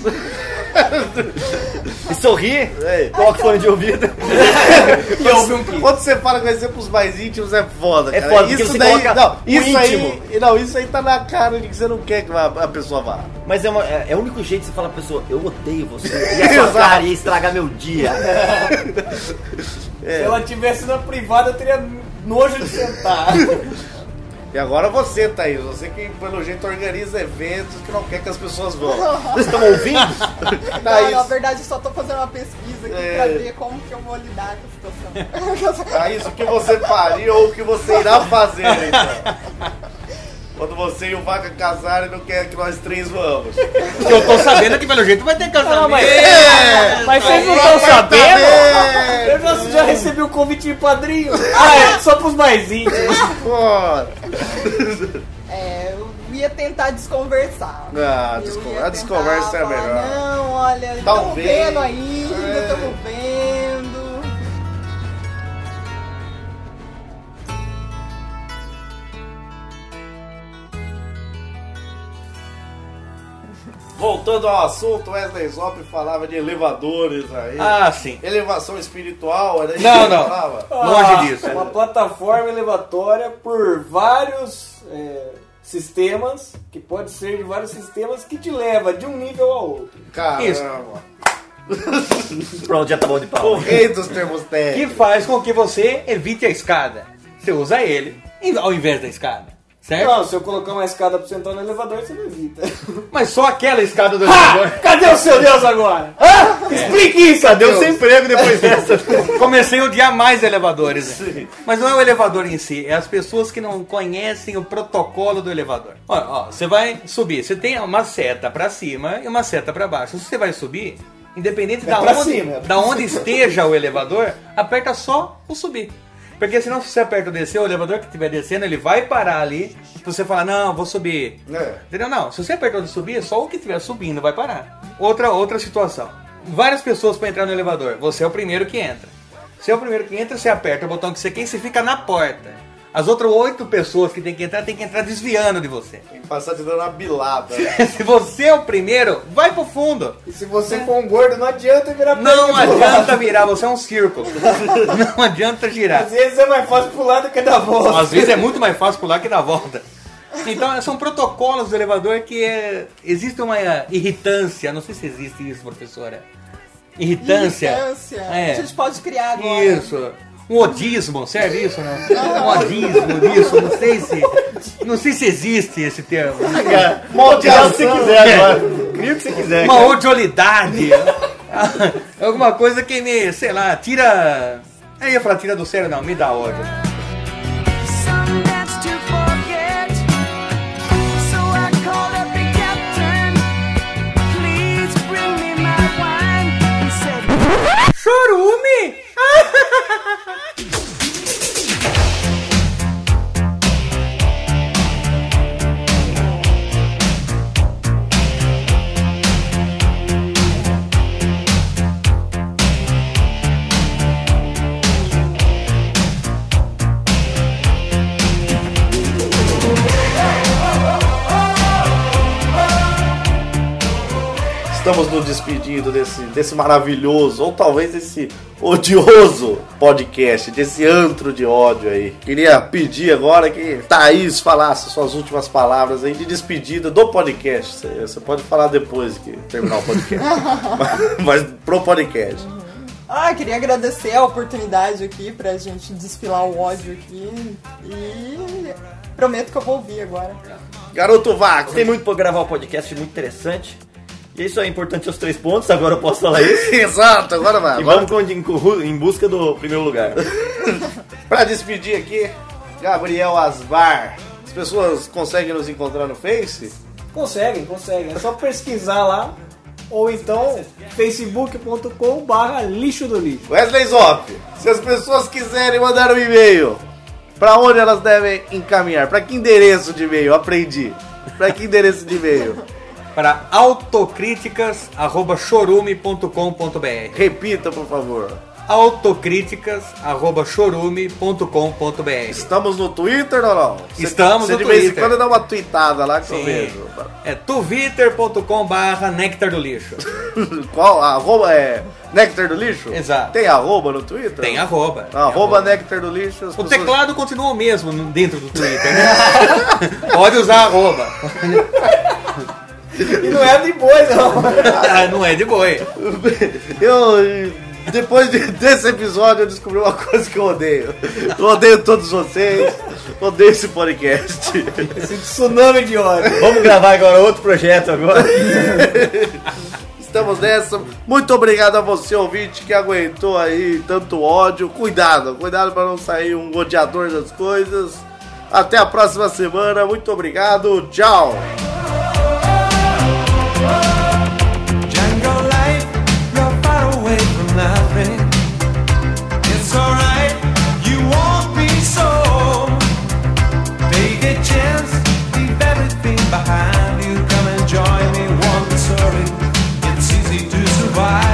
Speaker 7: e sorrir, coloca o fone de ouvido.
Speaker 3: Eu- Quando você fala que vai ser pros mais íntimos, é foda,
Speaker 7: um É
Speaker 3: cara.
Speaker 7: foda, porque
Speaker 3: isso
Speaker 7: você
Speaker 3: daí,
Speaker 7: coloca
Speaker 3: não,
Speaker 7: o
Speaker 3: isso aí,
Speaker 7: íntimo.
Speaker 3: não, isso aí tá na cara de que você não quer que vá- a pessoa vá.
Speaker 7: Mas é, uma- é- é o único jeito de você falar pra pessoa, eu odeio você, e a sua
Speaker 3: Exato.
Speaker 7: cara ia estragar meu dia.
Speaker 3: É.
Speaker 6: Se ela tivesse na privada, eu teria nojo de sentar.
Speaker 3: E agora você, Thaís, você que pelo jeito organiza eventos que não quer que as pessoas vão. Vocês estão ouvindo?
Speaker 8: Não, na
Speaker 3: Thaís,
Speaker 8: verdade, eu só tô fazendo uma pesquisa aqui
Speaker 3: É.
Speaker 8: pra ver como que eu vou lidar com a situação.
Speaker 3: Thaís, o Tá que você faria ou o que você irá fazer então? Quando você e o Vaca casarem, não quer que nós três vamos.
Speaker 4: Porque eu tô sabendo que pelo jeito vai ter casamento.
Speaker 6: mas-
Speaker 3: É,
Speaker 6: Mas vocês não
Speaker 3: vai
Speaker 7: Tá
Speaker 6: estão
Speaker 3: pra
Speaker 6: sabendo?
Speaker 3: também.
Speaker 6: Eu já, já recebi o convite de padrinho. Ah, é só pros mais íntimos.
Speaker 3: Foda.
Speaker 8: É, eu ia tentar desconversar.
Speaker 3: Ah,
Speaker 8: Eu
Speaker 3: descon-
Speaker 8: ia
Speaker 3: a desconversa é
Speaker 8: tentar
Speaker 3: a
Speaker 8: falar,
Speaker 3: melhor.
Speaker 8: Não, olha, estamos
Speaker 3: Talvez,
Speaker 8: vendo ainda,
Speaker 3: é.
Speaker 8: estamos vendo.
Speaker 3: Voltando ao assunto, Wesley Zop falava de elevadores aí.
Speaker 4: Ah, sim.
Speaker 3: Elevação espiritual, era isso
Speaker 4: Não,
Speaker 3: que ele
Speaker 4: não.
Speaker 3: falava?
Speaker 4: Longe disso.
Speaker 6: Uma plataforma elevatória por vários é, sistemas, que pode ser de vários sistemas, que te leva de um nível ao outro.
Speaker 3: Caramba.
Speaker 7: Pronto, já tá bom de
Speaker 3: O
Speaker 7: pau.
Speaker 3: rei dos termos técnicos.
Speaker 4: Que faz com que você evite a escada. Você usa ele em- ao invés da escada. Certo?
Speaker 6: Não, se eu colocar uma escada pra você entrar no elevador, você não evita.
Speaker 4: Mas só aquela escada do
Speaker 6: Ah,
Speaker 4: elevador.
Speaker 6: cadê o seu Deus agora? Ah, Explique isso, Deus.
Speaker 7: emprego depois dessa.
Speaker 4: Comecei a odiar mais elevadores. né? Mas não é o elevador em si, é as pessoas que não conhecem o protocolo do elevador. Olha, ó, você vai subir, você tem uma seta pra cima e uma seta pra baixo. Se você vai subir, independente da,
Speaker 6: pra
Speaker 4: onde,
Speaker 6: cima, é pra
Speaker 4: da onde esteja o elevador, aperta só o subir. Porque senão se você aperta o descer, o elevador que estiver descendo, ele vai parar ali. Se você falar, não, vou subir.
Speaker 3: É.
Speaker 4: Entendeu? Não, se você apertou de subir, é só o que estiver subindo vai parar. Outra, outra situação. Várias pessoas para entrar no elevador. Você é o primeiro que entra. Você é o primeiro que entra, você aperta o botão que você quer e você fica na porta. As outras oito pessoas que tem que entrar, tem que entrar desviando de você.
Speaker 3: Tem que passar te dando uma bilada.
Speaker 4: se você é o primeiro, vai pro fundo.
Speaker 6: E se você for um gordo, não adianta virar pra
Speaker 4: Não
Speaker 6: ele pro
Speaker 4: adianta
Speaker 6: lado.
Speaker 4: virar, você é um círculo. não adianta girar.
Speaker 6: Às vezes é mais fácil pro lado que da volta.
Speaker 4: Às vezes é muito mais fácil pular que dar volta. Então, são protocolos do elevador que é, existe uma irritância. Não sei se existe isso, professora. Irritância.
Speaker 8: Irritância.
Speaker 4: É.
Speaker 8: A gente pode criar agora.
Speaker 4: Isso. Um odismo, serve isso, né? Um odismo disso, não sei se. Não sei se existe esse termo.
Speaker 3: Cara, maldição.
Speaker 4: Maldição.
Speaker 7: um.
Speaker 3: Cria o que você
Speaker 8: É,
Speaker 3: quiser.
Speaker 4: Uma
Speaker 3: cara.
Speaker 4: odiolidade. Alguma coisa que me, sei lá, tira. Eu ia falar tira do sério, não, me dá ódio.
Speaker 9: Some dance to forget, so I called up the captain. Please bring me my wine. He said,
Speaker 2: Chorume?
Speaker 3: Estamos nos despedindo desse, desse maravilhoso, ou talvez desse odioso podcast, desse antro de ódio aí. Queria pedir agora que Thaís falasse suas últimas palavras aí de despedida do podcast. Você- Você pode falar depois que terminar o podcast. Mas pro podcast.
Speaker 8: Ah, queria agradecer a oportunidade aqui pra gente desfilar o ódio aqui. E prometo que eu vou ouvir agora.
Speaker 3: Garoto Vaco!
Speaker 7: Tem muito pra gravar um podcast muito interessante. E é isso aí, importante os três pontos, agora eu posso falar isso.
Speaker 3: Exato, agora vai.
Speaker 7: E vamos com- em cu- em busca do primeiro lugar.
Speaker 3: Pra despedir aqui, Gabriel Asbar. As pessoas conseguem nos encontrar no Face?
Speaker 6: Conseguem, conseguem. É só pesquisar lá. Ou então, facebook.com barra lixo do lixo.
Speaker 3: Wesley Zop, se as pessoas quiserem mandar um e-mail, pra onde elas devem encaminhar? Pra que endereço de e-mail? Aprendi. Pra que endereço de e-mail?
Speaker 4: Para autocríticas.chorume.com.br
Speaker 3: Repita, por favor.
Speaker 4: autocríticas.chorume.com.br
Speaker 3: Estamos no Twitter ou não? Você-
Speaker 4: Estamos
Speaker 3: você
Speaker 4: no
Speaker 3: de vez em
Speaker 4: Twitter.
Speaker 3: quando dá uma tweetada lá que eu
Speaker 4: Sim.
Speaker 3: vejo.
Speaker 4: É twitter.com barra nectar do lixo.
Speaker 3: Qual? Arroba é Nectar do Lixo?
Speaker 4: Exato.
Speaker 3: Tem arroba no Twitter?
Speaker 4: Tem arroba.
Speaker 3: Arroba, arroba. Nectar do Lixo. as
Speaker 4: O
Speaker 3: pessoas-
Speaker 4: teclado continua o mesmo no- dentro do Twitter, né? Pode usar arroba.
Speaker 6: E não é de boi, não.
Speaker 4: Ah, não é de boi.
Speaker 3: Eu, depois de- desse episódio, eu descobri uma coisa que eu odeio. Eu odeio todos vocês, odeio esse podcast.
Speaker 6: Esse tsunami de ódio.
Speaker 7: Vamos gravar agora outro projeto agora.
Speaker 3: Estamos nessa. Muito obrigado a você, ouvinte, que aguentou aí tanto ódio. Cuidado, cuidado para não sair um odiador das coisas. Até a próxima semana. Muito obrigado. Tchau.
Speaker 9: Django life, you're far away from nothing. It's alright, you won't be so. Take a chance, leave everything behind you. Come and join me once, sorry. It's easy to survive.